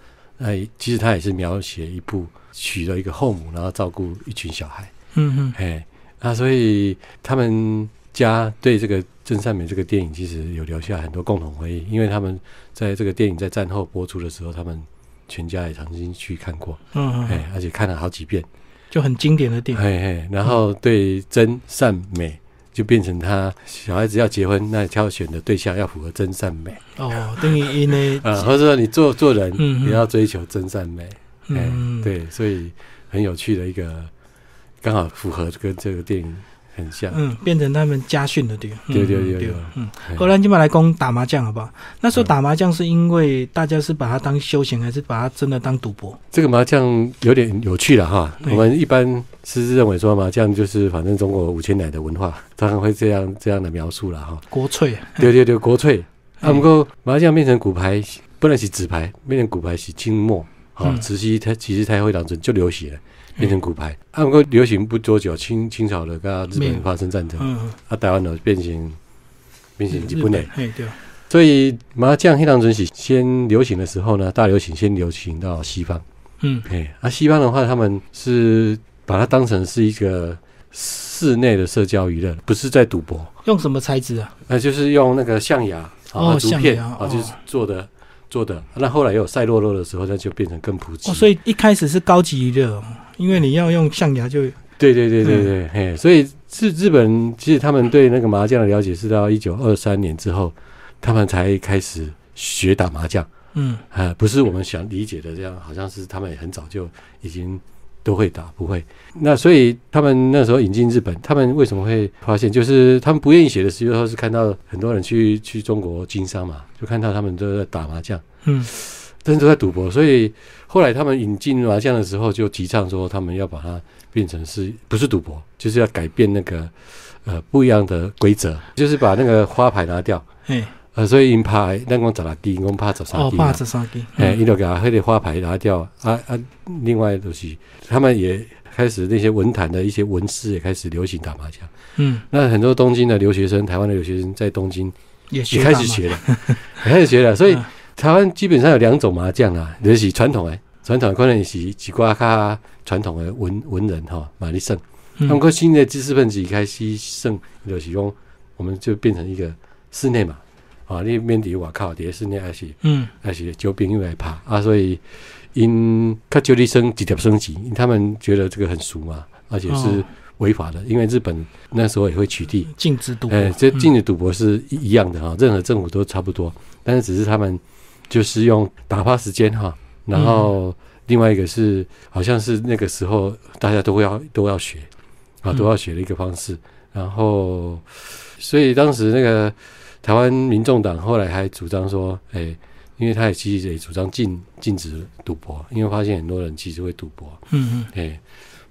Speaker 2: 那也其实它也是描写一部娶了一个后母，然后照顾一群小孩，
Speaker 1: 嗯嗯
Speaker 2: 哎，那所以他们家对这个《真善美》这个电影其实有留下很多共同回忆，因为他们在这个电影在战后播出的时候，他们全家也曾经去看过，
Speaker 1: 嗯嗯，
Speaker 2: 哎，而且看了好几遍，
Speaker 1: 就很经典的电影。
Speaker 2: 嘿嘿，然后对真善美。就变成他小孩子要结婚，那挑选的对象要符合真善美
Speaker 1: 哦，等于因为
Speaker 2: (laughs) 啊、或者说你做做人
Speaker 1: 嗯嗯
Speaker 2: 也要追求真善美，哎
Speaker 1: 嗯，
Speaker 2: 对，所以很有趣的一个，刚好符合跟这个电影很像。
Speaker 1: 嗯，变成他们家训的对。嗯
Speaker 2: 对对对对
Speaker 1: 对
Speaker 2: 对。哎嗯
Speaker 1: 嗯，
Speaker 2: 嘿
Speaker 1: 荷兰今晚来攻打麻将好不好？那时候打麻将是因为大家是把它当休闲，还是把它真的当赌博？
Speaker 2: 这个麻将有点有趣了哈。
Speaker 1: 嗯
Speaker 2: 我们一般是认为说麻将就是反正中国五千年的文
Speaker 1: (laughs)
Speaker 2: 化，常常会这样这样的描述了哈。
Speaker 1: 国粹啊。
Speaker 2: 对对对，国粹。
Speaker 1: 嗯
Speaker 2: 啊，不过麻将变成骨牌，不能是纸牌，变成骨牌是清末啊
Speaker 1: 嗯，
Speaker 2: 慈禧太其实太会当中就流行了，变成骨牌。啊，不过流行不多久，清清朝的跟日
Speaker 1: 没有
Speaker 2: 本发生战争，
Speaker 1: 嗯，嗯
Speaker 2: 啊，台湾呢变成变成日本的。
Speaker 1: 哎对，
Speaker 2: 所以麻将黑当准是先流行的时候呢，大流行先流行到西方。
Speaker 1: 嗯
Speaker 2: 哎，啊，西方的话，他们是把它当成是一个室内的社交娱乐，不是在赌博，
Speaker 1: 用什么材质啊？
Speaker 2: 那、就是用那个象牙
Speaker 1: 哦
Speaker 2: 啊、竹
Speaker 1: 象
Speaker 2: 片
Speaker 1: 牙
Speaker 2: 啊
Speaker 1: 哦，
Speaker 2: 就是做的做的。那后来有赛洛洛的时候，那就变成更普及。
Speaker 1: 哦，所
Speaker 2: 以
Speaker 1: 以一开始是高级娱乐、哦，因为你要用象牙就
Speaker 2: 对对对对对，嘿，所以是日本，其实他们对那个麻将的了解是到一九二三年之后，他们才开始学打麻将。
Speaker 1: 嗯
Speaker 2: 呃，不是我们想理解的这样，好像是他们也很早就已经都会打，不会。那所以他们那时候引进日本，他们为什么会发现，就是他们不愿意写的时候是看到很多人去去中国经商嘛，就看到他们都在打麻将，
Speaker 1: 嗯
Speaker 2: 但是都在赌博，所以后来他们引进麻将的时候，就提倡说他们要把它变成是不是赌博，就是要改变那个呃不一样的规则，就是把那个花牌拿掉。
Speaker 1: 哎
Speaker 2: 呃，所以因怕咱讲十六滴，讲怕十三
Speaker 1: 哦
Speaker 2: 滴嘛
Speaker 1: 八十三斤，
Speaker 2: 啊哎，伊就给他黑的花牌拿掉啊啊！另外就是他们也开始那些文坛的一些文士也开始流行打麻将。
Speaker 1: 嗯
Speaker 2: 那很多东京的留学生，台湾的留学生在东京
Speaker 1: 也
Speaker 2: 也
Speaker 1: 学
Speaker 2: 开
Speaker 1: 大
Speaker 2: 始
Speaker 1: 麻
Speaker 2: 学了，也 (laughs) 开始学了。所以
Speaker 1: 嗯
Speaker 2: 台湾基本上有两种麻将啊，就是传统的传统的可能是几挂卡传统的文文人哈，玛丽胜。
Speaker 1: 嗯
Speaker 2: 那么新的知识分子开始胜，就是用我们就变成一个室内嘛，啊，你面底外靠，底室内还是。
Speaker 1: 嗯
Speaker 2: 还是招朋友来拍啊，所以因较少你升一点升级，因他们觉得这个很俗嘛，而且是
Speaker 1: 哦
Speaker 2: 违法的，因为日本那时候也会取缔，
Speaker 1: 禁止赌博，
Speaker 2: 哎、这
Speaker 1: 嗯
Speaker 2: 禁止赌博是一一样的哈、任何政府都差不多，但是只是他们就是用打发时间哈、然后另外一个是好像是那个时候大家都要都要学啊，
Speaker 1: 嗯
Speaker 2: 都要学的一个方式，然后所以当时那个台湾民众党后来还主张说，哎。因为他也其实也主张禁禁止赌博，因为发现很多人其实会赌博，
Speaker 1: 嗯嗯
Speaker 2: 哎、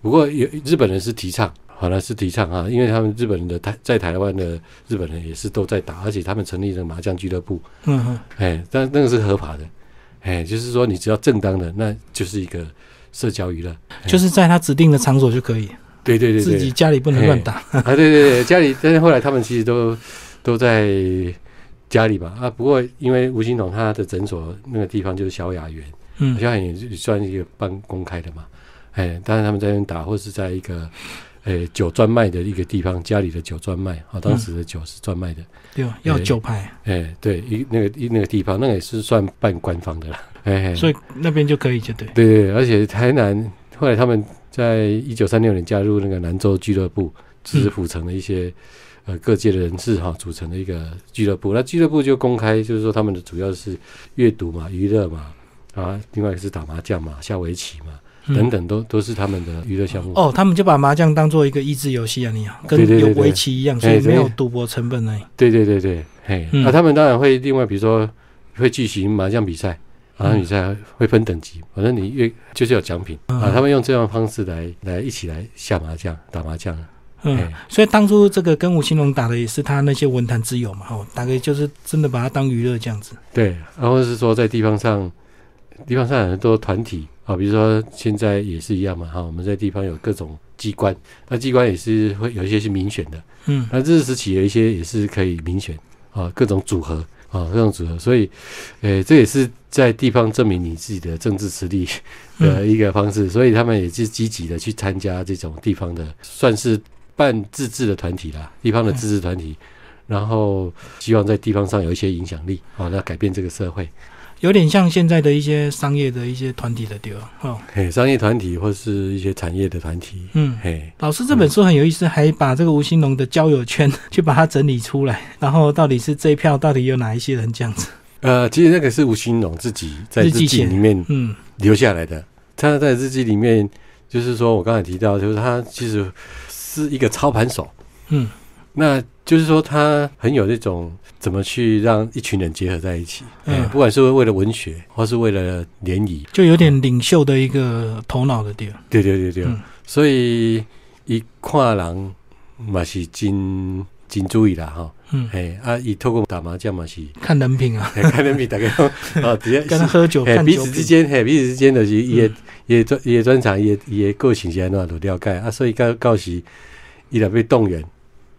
Speaker 2: 不过有日本人是提倡，反而是提倡啊，因为他们日本人的台在台湾的日本人也是都在打，而且他们成立了麻将俱乐部，
Speaker 1: 嗯哼，
Speaker 2: 哎，但那个是合法的，哎，就是说你只要正当的，那就是一个社交娱乐，
Speaker 1: 就是在他指定的场所就可以，
Speaker 2: 对对对
Speaker 1: 自
Speaker 2: 对
Speaker 1: 己，家里不能乱打。
Speaker 2: 啊，对对对，家里，但是后来他们其实都都在家里吧，啊，不过因为吴兴龙他的诊所那个地方就是小雅园，
Speaker 1: 嗯
Speaker 2: 小雅园也算一个半公开的嘛，哎，当然他们在那边打，或是在一个。呃，酒专卖的一个地方，家里的酒专卖啊，当时的酒是专卖的，
Speaker 1: 对哦，要酒牌，
Speaker 2: 哎、对，一那个一那个地方，那个也是算半官方的啦，哎，
Speaker 1: 所以那边就可以，就对。
Speaker 2: 对对，而且台南后来他们在一九三六年加入那个兰州俱乐部，
Speaker 1: 嗯
Speaker 2: 就是府城的一些、呃各界的人士哈、组成的一个俱乐部。那俱乐部就公开，就是说他们的主要是阅读嘛、娱乐嘛，啊，另外一个是打麻将嘛、下围棋嘛
Speaker 1: 嗯
Speaker 2: 等等都，都是他们的娱乐项目。
Speaker 1: 哦，他们就把麻将当做一个益智游戏啊，你啊，跟
Speaker 2: 对对对
Speaker 1: 有
Speaker 2: 对
Speaker 1: 围棋一样，所
Speaker 2: 哎
Speaker 1: 以没有
Speaker 2: 对
Speaker 1: 赌博成本呢。
Speaker 2: 对对对对，嘿，那、
Speaker 1: 嗯
Speaker 2: 他们当然会另外，比如说会举行麻将比赛，麻将
Speaker 1: 嗯
Speaker 2: 比赛会分等级，反正你越就是有奖品、啊
Speaker 1: 嗯。
Speaker 2: 他们用这样的方式来来一起来下麻将、打麻将。
Speaker 1: 嗯
Speaker 2: 嘿，
Speaker 1: 所以当初这个跟吴青龙打的也是他那些文坛之友嘛，哦，大概就是真的把它当娱乐这样子。
Speaker 2: 对，然后是说在地方上，地方上有很多团体啊，比如说现在也是一样嘛，哈、我们在地方有各种机关，那机关也是会有一些是民选的，
Speaker 1: 嗯
Speaker 2: 那日治时期有一些也是可以民选啊，各种组合啊，各种组合，所以，呃，这也是在地方证明你自己的政治实力的
Speaker 1: 嗯
Speaker 2: 一个方式，所以他们也是积极的去参加这种地方的，算是半自治的团体啦，地方的自治团体。然后希望在地方上有一些影响力啊，那改变这个社会。
Speaker 1: 有点像现在的一些商业的一些团体的对吧？哦，
Speaker 2: 嘿，商业团体或是一些产业的团体，
Speaker 1: 嗯。
Speaker 2: 嘿，
Speaker 1: 老师这本书很有意思，还把这个吴兴隆的交友圈 (laughs) 去把它整理出来，然后到底是这一票到底有哪一些人这样子？
Speaker 2: 呃，其实那个是吴兴荣自己在
Speaker 1: 日
Speaker 2: 日
Speaker 1: 记
Speaker 2: 记
Speaker 1: 写的
Speaker 2: 里面
Speaker 1: 嗯
Speaker 2: 留下来的。他在日记里面，就是说我刚才提到，就是他其实是一个操盘手，
Speaker 1: 嗯，
Speaker 2: 那就是说他很有那种怎么去让一群人结合在一起，
Speaker 1: 嗯
Speaker 2: 哎不管是为了文学，或是为了联谊，
Speaker 1: 就有点领袖的一个头脑的地方。
Speaker 2: 对对对对，
Speaker 1: 嗯
Speaker 2: 所以一看人嘛是真真注意啦哈，
Speaker 1: 嗯，
Speaker 2: 哎、啊，伊透过打麻将嘛是，
Speaker 1: 看人品啊，
Speaker 2: 哎，看人比大家拢哦，直接
Speaker 1: (laughs) 跟他喝酒
Speaker 2: 嘿，
Speaker 1: 看
Speaker 2: 彼
Speaker 1: 酒
Speaker 2: 此之
Speaker 1: 品。
Speaker 2: 间，嘿，彼此之间就是伊的
Speaker 1: 嗯
Speaker 2: 伊的专伊的专长，伊的伊的个性是安怎都了解啊，所以到到时伊若要动员，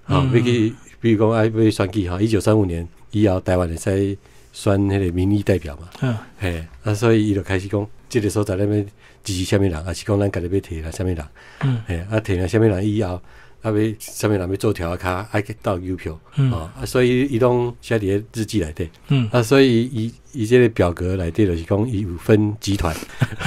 Speaker 2: 啊，
Speaker 1: 嗯
Speaker 2: 要去，比如讲啊，要选举吼，一九三五年以后台湾会使选迄个民意代表嘛，
Speaker 1: 嗯，
Speaker 2: 嘿，啊，所以伊就开始讲，即个所在咱要支持虾米人，还啊是讲咱家己要提啦虾米人，
Speaker 1: 嗯
Speaker 2: 嘿，啊，提了虾米人以后，啊，要虾米人要做条卡，爱去斗邮票，
Speaker 1: 嗯
Speaker 2: 啊，啊，所以伊拢写伫咧日记内底。
Speaker 1: 嗯，
Speaker 2: 啊，所以伊伊这个表格内底就是讲伊有分集团， (laughs)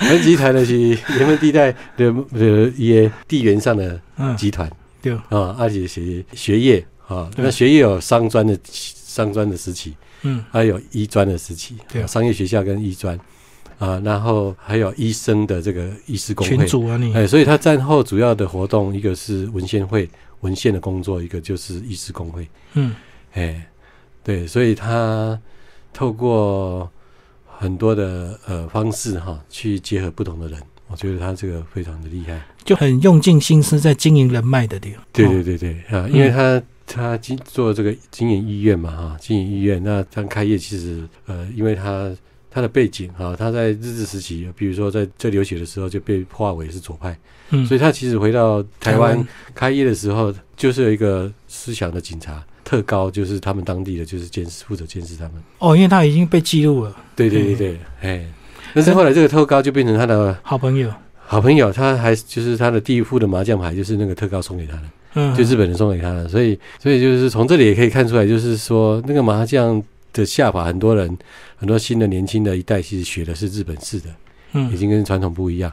Speaker 2: 分集团就是 (laughs) 盐分地带的的伊个地缘上的
Speaker 1: 嗯，
Speaker 2: 集团
Speaker 1: 对，
Speaker 2: 啊，而且是学业啊，
Speaker 1: 对
Speaker 2: 那学业有商专的商专的时期，
Speaker 1: 嗯
Speaker 2: 还有医专的时期，
Speaker 1: 对
Speaker 2: 啊商业学校跟医专啊，然后还有医生的这个医师工
Speaker 1: 群
Speaker 2: 会，
Speaker 1: 主啊你，
Speaker 2: 哎，所以他战后主要的活动，一个是文献会文献的工作，一个就是医师工会。
Speaker 1: 嗯
Speaker 2: 哎，对，所以他透过很多的呃方式哈，去结合不同的人，我觉得他这个非常的厉害。
Speaker 1: 就很用尽心思在经营人脉的地方。
Speaker 2: 对
Speaker 1: 哦
Speaker 2: 对对对啊，因为他他经做这个经营医院嘛哈，经营医院，那他开业其实呃，因为他他的背景哈，他在日治时期，比如说在在流血的时候就被划为是左派，
Speaker 1: 嗯，
Speaker 2: 所以
Speaker 1: 以
Speaker 2: 他其实回到台湾开业的时候，就是有一个思想的警察特高，就是他们当地的就是监视负责监视他们。
Speaker 1: 哦，因为他已经被记录了，
Speaker 2: 对对对对，哎、
Speaker 1: 嗯
Speaker 2: 但是后来这个特高就变成他的
Speaker 1: 好朋友。
Speaker 2: 好朋友，他还就是他的第一副的麻将牌，就是那个特高送给他的，
Speaker 1: 嗯，
Speaker 2: 就日本人送给他的，所以所以就是从这里也可以看出来，就是说那个麻将的下法，很多人很多新的年轻的一代其实学的是日本式的，已
Speaker 1: 嗯，
Speaker 2: 经跟传统不一样。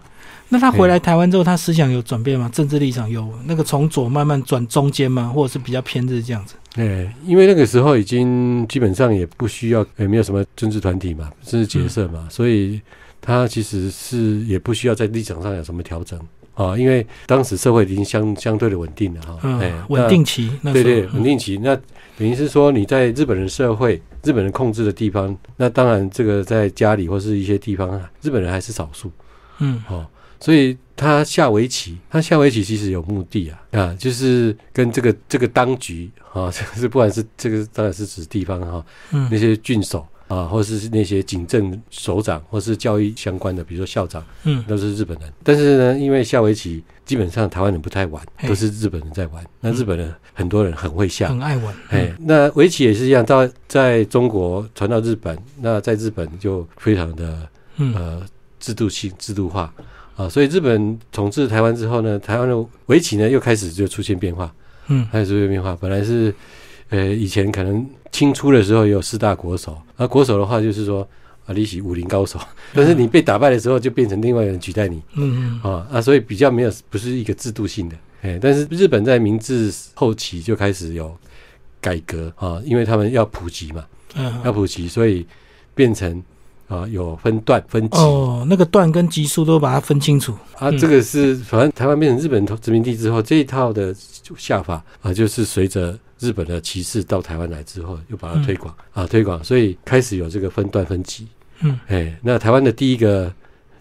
Speaker 1: 那他回来台湾之后，他思想有转变吗？政治立场有那个从左慢慢转中间吗？或者是比较偏日这样子？
Speaker 2: 哎、因为那个时候已经基本上也不需要，也没有什么政治团体嘛，政治角色嘛，
Speaker 1: 嗯
Speaker 2: 所以他其实是也不需要在立场上有什么调整啊，因为当时社会已经相相对的稳定了哈，哎、
Speaker 1: 嗯，稳定期那
Speaker 2: 那，
Speaker 1: 时候
Speaker 2: 对对，
Speaker 1: 嗯
Speaker 2: 稳定期。那等于是说你在日本人社会、日本人控制的地啊方，那当然这个在家里或是一些地方，日本人还是少数
Speaker 1: 嗯
Speaker 2: 哦，所以他下围棋，他下围棋其实有目的啊啊，就是跟这个这个当局啊， (laughs) 就是不管是这个当然是指地方哈、
Speaker 1: 嗯
Speaker 2: 那些郡守啊，或是那些警政首长，或是教育相关的，比如说校长，
Speaker 1: 嗯
Speaker 2: 都是日本人。但是呢，因为下围棋基本上台湾人不太玩，
Speaker 1: 嘿
Speaker 2: 都是日本人在玩。那
Speaker 1: 嗯
Speaker 2: 日本人很多人很会下，
Speaker 1: 很爱玩，
Speaker 2: 哎，那围棋也是一样，到在中国传到日本，那在日本就非常的
Speaker 1: 嗯嗯
Speaker 2: 呃制度性制度化啊，所以日本统治台湾之后呢，台湾的围棋呢又开始就出现变化，
Speaker 1: 嗯
Speaker 2: 开始出现变化。本来是呃以前可能清初的时候也有四大国手，而国手的话就是说啊你是武林高手，但是你被打败的时候就变成另外一个人取代你。
Speaker 1: 嗯嗯
Speaker 2: 啊啊，所以比较没有不是一个制度性的，哎，但是日本在明治后期就开始有改革啊，因为他们要普及嘛，
Speaker 1: 嗯
Speaker 2: 要普及，所以变成啊有分段分级、
Speaker 1: 哦，那个段跟级数都把它分清楚，
Speaker 2: 啊，
Speaker 1: 嗯
Speaker 2: 这个是反正台湾变成日本殖民地之后，这一套的下法啊，就是随着日本的骑士到台湾来之后，又把它推广、啊推广，所以开始有这个分段分级，
Speaker 1: 嗯
Speaker 2: 哎，那台湾的第一个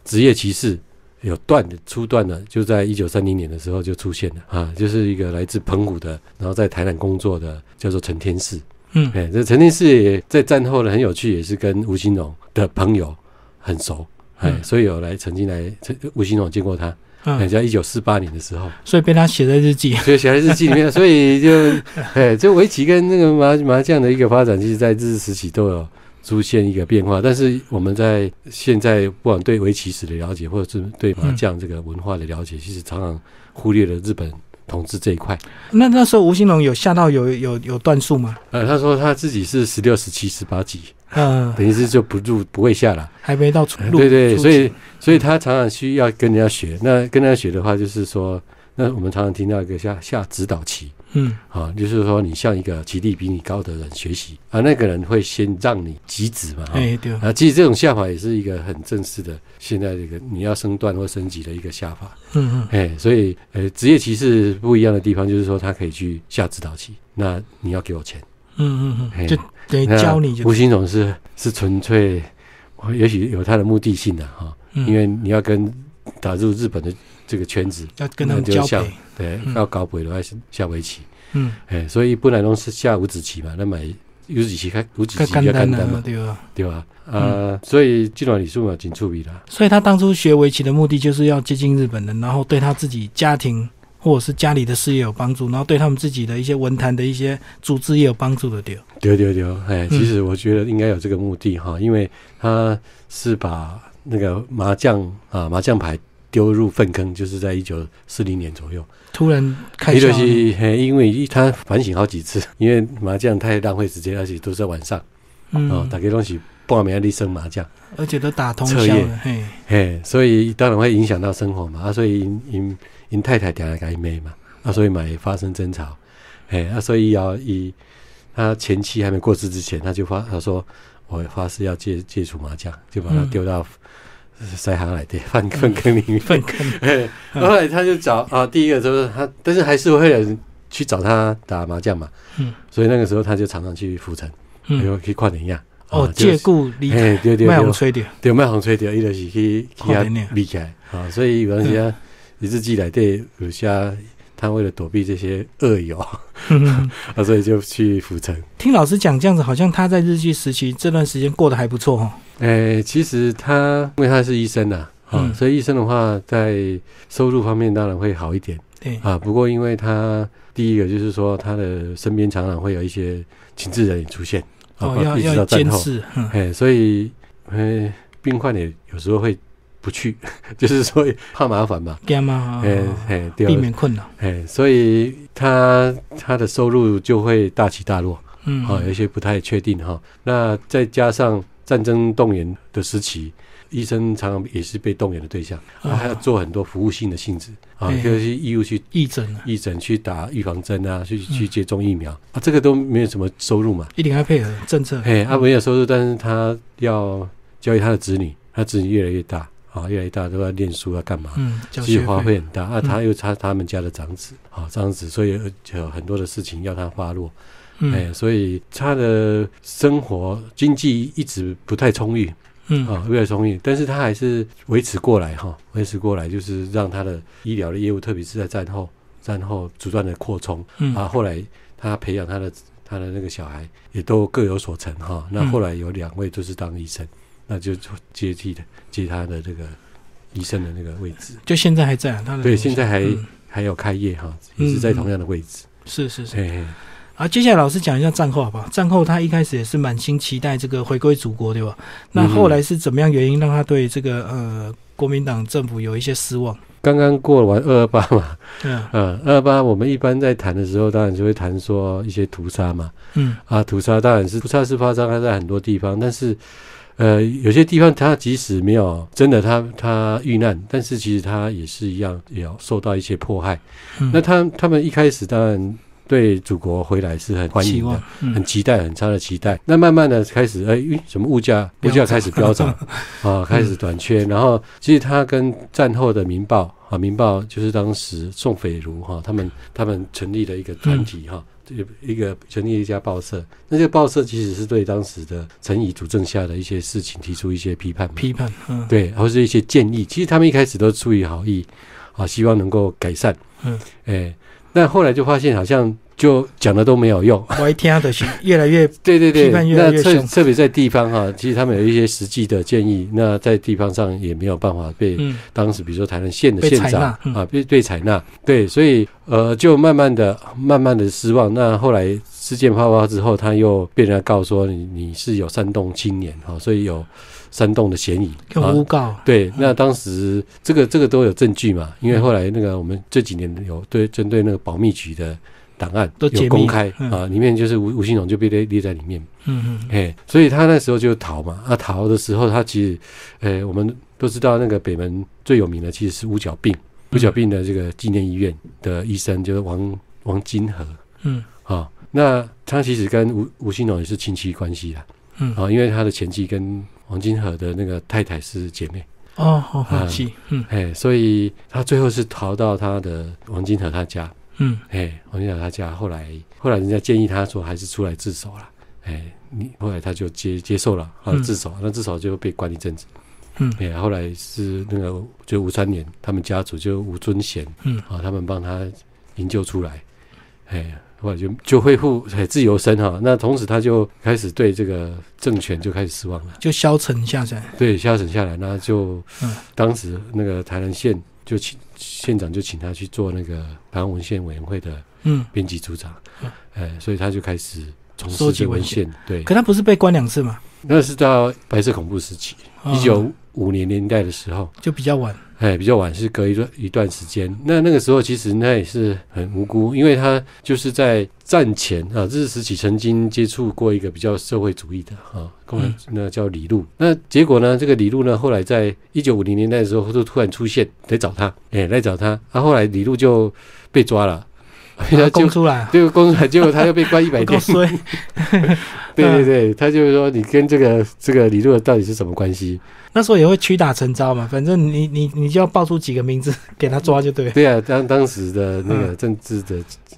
Speaker 2: 职业骑士有段的初段呢，就在一九三零年的时候就出现了啊，就是一个来自澎湖的，然后在台南工作的，叫做陈天士。
Speaker 1: 嗯
Speaker 2: 哎，这陈天士也在战后呢很有趣，也是跟吴兴荣的朋友很熟，哎，
Speaker 1: 嗯
Speaker 2: 所以有来曾经来曾吴兴荣见过他，哎，
Speaker 1: 嗯，
Speaker 2: 在一九四八年的时候， (laughs)
Speaker 1: 所以被他写在日记， (laughs)
Speaker 2: 所以写在日记里面，所以就 (laughs) 哎，这围棋跟那个麻麻将的一个发展，其实在日治时期都有出现一个变化。但是我们在现在不管对围棋史的了解，或者是对麻将这个文化的了解，其实常常忽略了日本统治这一块。
Speaker 1: 那那时候吴兴龙有下到有有有段数吗？
Speaker 2: 呃，他说他自己是十六、十七、十八级，
Speaker 1: 嗯，
Speaker 2: 等于是就不入不会下了。
Speaker 1: 还没到出路，
Speaker 2: 哎对对，
Speaker 1: 出
Speaker 2: 所以所以他常常需要跟人家学。那跟人家学的话，就是说，那我们常常听到一个下下指导棋。
Speaker 1: 嗯
Speaker 2: 啊，就是说你向一个棋力比你高的人学习啊，那个人会先让你及子嘛，啊
Speaker 1: 哎对，
Speaker 2: 啊，其实这种下法也是一个很正式的，现在这个你要升段或升级的一个下法，
Speaker 1: 嗯嗯
Speaker 2: 哎，所以呃，职业骑士不一样的地方就是说他可以去下指导棋，那你要给我钱，
Speaker 1: 嗯嗯
Speaker 2: 哎
Speaker 1: 嗯，就等于
Speaker 2: 那
Speaker 1: 教你就
Speaker 2: 吴兴总是是纯粹，也许有他的目的性的、哈、
Speaker 1: 嗯
Speaker 2: 因为你要跟打入日本的这个圈子，
Speaker 1: 要跟他们
Speaker 2: 那就
Speaker 1: 交
Speaker 2: 像
Speaker 1: 配，
Speaker 2: 对，
Speaker 1: 嗯
Speaker 2: 要搞鬼的话是下围棋。
Speaker 1: 嗯，
Speaker 2: 哎，所以本来拢是下五子棋嘛，那买五子棋较五子棋
Speaker 1: 更
Speaker 2: 比
Speaker 1: 简
Speaker 2: 较
Speaker 1: 单啊
Speaker 2: 简
Speaker 1: 了
Speaker 2: 单
Speaker 1: 嘛，
Speaker 2: 嘛，
Speaker 1: 对吧？
Speaker 2: 对吧？啊，所以这段历史嘛，真趣味啦。
Speaker 1: 所以他当初学围棋的目的就是要接近日本人，然后对他自己家庭或者是家里的事业有帮助，然后对他们自己的一些文坛的一些组织也有帮助的，对吧。
Speaker 2: 对对对，哎，
Speaker 1: 嗯
Speaker 2: 其实我觉得应该有这个目的哈，因为他是把那个麻将啊麻将牌丢入粪坑，就是在一九四零年左右。
Speaker 1: 突然开啊
Speaker 2: 伊
Speaker 1: 窍
Speaker 2: 就
Speaker 1: 了，
Speaker 2: 是嘿，因为他反省好几次，因为麻将太浪费时间，而且都是在晚上哦，大
Speaker 1: 嗯，
Speaker 2: 家都是半夜里生麻将。
Speaker 1: 而且都打通
Speaker 2: 彻
Speaker 1: 宵
Speaker 2: 夜
Speaker 1: 了，嘿，
Speaker 2: 嘿，所以当然会影响到生活嘛，啊，所以因因因太太常常甲伊骂嘛，啊，所以嘛会发生争吵，嘿，啊，所以要伊他前妻还没过世之前，他就发他说我发誓要戒戒除麻将，就把他
Speaker 1: 嗯
Speaker 2: 丢到塞行来的粪粪坑里面。
Speaker 1: 粪
Speaker 2: (laughs)
Speaker 1: 坑，
Speaker 2: 嘿，
Speaker 1: 嗯
Speaker 2: 后来他就找啊，第一个就是他，但是还是会有人去找他打麻将嘛，
Speaker 1: 嗯
Speaker 2: 所以那个时候他就常常去府城，
Speaker 1: 嗯，
Speaker 2: 就去看人呀。
Speaker 1: 哦，
Speaker 2: 啊
Speaker 1: 借，故离
Speaker 2: 就是嘿，对对
Speaker 1: 卖
Speaker 2: 对
Speaker 1: 红。吹掉，
Speaker 2: 对，卖红吹掉，伊就是去去
Speaker 1: 看电影
Speaker 2: 遐避起来啊，所以有当时啊，日记内底有些他为了躲避这些恶友啊，所以就去府城。
Speaker 1: (laughs) 听老师讲这样子，好像他在日据时期这段时间过得还不错哦。
Speaker 2: 诶、其实他因为他是医生呐、啊，
Speaker 1: 嗯
Speaker 2: 所以医生的话在收入方面当然会好一点
Speaker 1: 对，
Speaker 2: 啊。不过因为他第一个就是说他的身边常常会有一些情治人也出现啊，
Speaker 1: 哦，要
Speaker 2: 一直到
Speaker 1: 要
Speaker 2: 战
Speaker 1: 监
Speaker 2: 后，
Speaker 1: 视，嗯
Speaker 2: 哎、所以呃，病患也有时候会不去，就是说怕麻烦嘛。
Speaker 1: 干嘛？
Speaker 2: 哎
Speaker 1: 哦
Speaker 2: 哎，
Speaker 1: 避
Speaker 2: 对，
Speaker 1: 免困扰。
Speaker 2: 哎，所以他他的收入就会大起大落，
Speaker 1: 嗯，
Speaker 2: 啊，有一些不太确定哈。那再加上战争动员的时期，医生常常也是被动员的对象，
Speaker 1: 哦
Speaker 2: 啊，还要做很多服务性的性质啊，
Speaker 1: 哎
Speaker 2: 就是义务去
Speaker 1: 义诊啊，
Speaker 2: 义诊、去打预防针啊，
Speaker 1: 嗯
Speaker 2: 去去接种疫苗啊，这个都没有什么收入嘛。
Speaker 1: 一定要配合政策。嗯
Speaker 2: 哎，阿、啊、没有收入，但是他要教育他的子女，他子女越来越大啊，越来越大都要念书啊，干嘛？
Speaker 1: 嗯，交
Speaker 2: 其
Speaker 1: 学
Speaker 2: 实花费
Speaker 1: 费，
Speaker 2: 很大啊，他又差他们家的长子啊，长子，所以有很多的事情要他发落
Speaker 1: 嗯
Speaker 2: 哎，所以他的生活经济一直不太充裕
Speaker 1: 嗯
Speaker 2: 啊，不太充裕，但是他还是维持过来哈，维持过来就是让他的医疗的业务，特别是在战后，战后不断的扩充
Speaker 1: 嗯
Speaker 2: 啊，后来他培养他的他的那个小孩也都各有所成哈，那
Speaker 1: 嗯
Speaker 2: 后来有两位都是当医生，那就就接替的接他的这个医生的那个位置，
Speaker 1: 就现在还在啊，他的
Speaker 2: 对，
Speaker 1: 东西
Speaker 2: 现在还、
Speaker 1: 嗯
Speaker 2: 还有开业哈，也是在同样的位置，
Speaker 1: 是是是。
Speaker 2: 嘿嘿
Speaker 1: 啊，接下来老师讲一下战后好不好？战后他一开始也是满心期待这个回归祖国，对吧？那后来是怎么样原因让他对这个呃国民党政府有一些失望？
Speaker 2: 刚刚过完二二八嘛， (laughs)
Speaker 1: 嗯
Speaker 2: 呃，二二八我们一般在谈的时候，当然就会谈说一些屠杀嘛，
Speaker 1: 嗯
Speaker 2: 啊，屠杀当然是屠杀是发生在很多地方，但是，呃，有些地方它即使没有真的它它遇难，但是其实它也是一样也要受到一些迫害。
Speaker 1: 嗯，
Speaker 2: 那他他们一开始当然对祖国回来是很欢
Speaker 1: 期
Speaker 2: 迎的
Speaker 1: 望。，嗯
Speaker 2: 很期待，很差的期待。那慢慢的开始，哎，咦什么物价物价开始飙涨 (laughs) 啊，开始短缺。然后其实它跟战后的民报啊，民报就是当时宋斐如哈、他们他们成立了一个团体哈。这一个成立一家报社，那这个报社其实是对当时的陈仪主政下的一些事情提出一些批判嘛，
Speaker 1: 批判，嗯
Speaker 2: 对，或是一些建议。其实他们一开始都出于好意，啊，希望能够改善，
Speaker 1: 嗯，
Speaker 2: 哎，但后来就发现好像就讲的都没有用，
Speaker 1: 我一听的是越来
Speaker 2: (laughs)
Speaker 1: 越
Speaker 2: 对对对，
Speaker 1: 批判越来越
Speaker 2: 那特
Speaker 1: 凶
Speaker 2: 特别在地方哈、其实他们有一些实际的建议，那在地方上也没有办法被、
Speaker 1: 嗯
Speaker 2: 当时比如说台南县的
Speaker 1: 被
Speaker 2: 县
Speaker 1: 采
Speaker 2: 长
Speaker 1: 纳嗯
Speaker 2: 啊被被采纳，对，所以呃就慢慢的慢慢的失望。那后来事件爆发之后，他又被人家告说你你是有煽动青年哈、所以有煽动的嫌疑
Speaker 1: 用
Speaker 2: 啊
Speaker 1: 诬告，
Speaker 2: 对，那当时这个这个都有证据嘛，因为后来那个我们这几年有对针对那个保密局的档案
Speaker 1: 都解密
Speaker 2: 有公开
Speaker 1: 嗯
Speaker 2: 啊，里面就是吴吴兴荣就被列列在里面，
Speaker 1: 嗯嗯
Speaker 2: 哎，所以他那时候就逃嘛，啊逃的时候他其实，哎，我们都知道那个北门最有名的其实是五角病，五角病的这个纪念医院的医生就是王王金河
Speaker 1: 嗯
Speaker 2: 啊，那他其实跟吴吴兴荣也是亲戚关系啦，
Speaker 1: 嗯，
Speaker 2: 啊，因为他的前妻跟王金河的那个太太是姐妹。
Speaker 1: 哦好好
Speaker 2: 啊
Speaker 1: 是，嗯
Speaker 2: 哎，所以他最后是逃到他的王金和他家，
Speaker 1: 嗯
Speaker 2: 哎，王金和他家，后来后来人家建议他说还是出来自首了，哎，你后来他就接接受了啊
Speaker 1: 嗯
Speaker 2: 自首，那自首就被关一阵子，
Speaker 1: 嗯
Speaker 2: 哎，后来是那个就吴三连他们家族就吴尊贤
Speaker 1: 嗯
Speaker 2: 啊，他们帮他营救出来，哎。后来就就恢复哎自由身哈、那同时他就开始对这个政权就开始失望了。
Speaker 1: 就消沉下来，
Speaker 2: 对，下省下来，那就、
Speaker 1: 嗯
Speaker 2: 当时那个台南县就请县长就请他去做那个台湾文献委员会的
Speaker 1: 嗯，
Speaker 2: 编辑组长，
Speaker 1: 嗯
Speaker 2: 呃，所以他就开始从
Speaker 1: 收
Speaker 2: 事
Speaker 1: 集
Speaker 2: 这
Speaker 1: 文
Speaker 2: 文献。对，
Speaker 1: 可他不是被关两次嘛？
Speaker 2: 那是到白色恐怖时期，
Speaker 1: 哦
Speaker 2: 一九五零年代的时候，
Speaker 1: 就比较晚，
Speaker 2: 哎，比较晚是隔一段一段时间。那那个时候其实那也是很无辜，因为他就是在战前啊，日治时期曾经接触过一个比较社会主义的啊，共产
Speaker 1: 嗯
Speaker 2: 那叫李路。那结果呢，这个李路呢，后来在一九五零年代的时候，就突然出现来找他，哎，来找他。啊，后来李路就被抓了，被
Speaker 1: 把
Speaker 2: 他
Speaker 1: 他供
Speaker 2: 就
Speaker 1: 出
Speaker 2: (laughs)
Speaker 1: 来啊，
Speaker 2: 就公出来，结果他又被关一
Speaker 1: (laughs)
Speaker 2: 百
Speaker 1: 我告
Speaker 2: 天。
Speaker 1: 诉你，
Speaker 2: 对对对，他就是说你跟这个这个李路到底是什么关系？
Speaker 1: 那时候也会屈打成招嘛，反正你你你就要报出几个名字给他抓就对了。
Speaker 2: 对啊，当当时的那
Speaker 1: 嗯
Speaker 2: 个政治的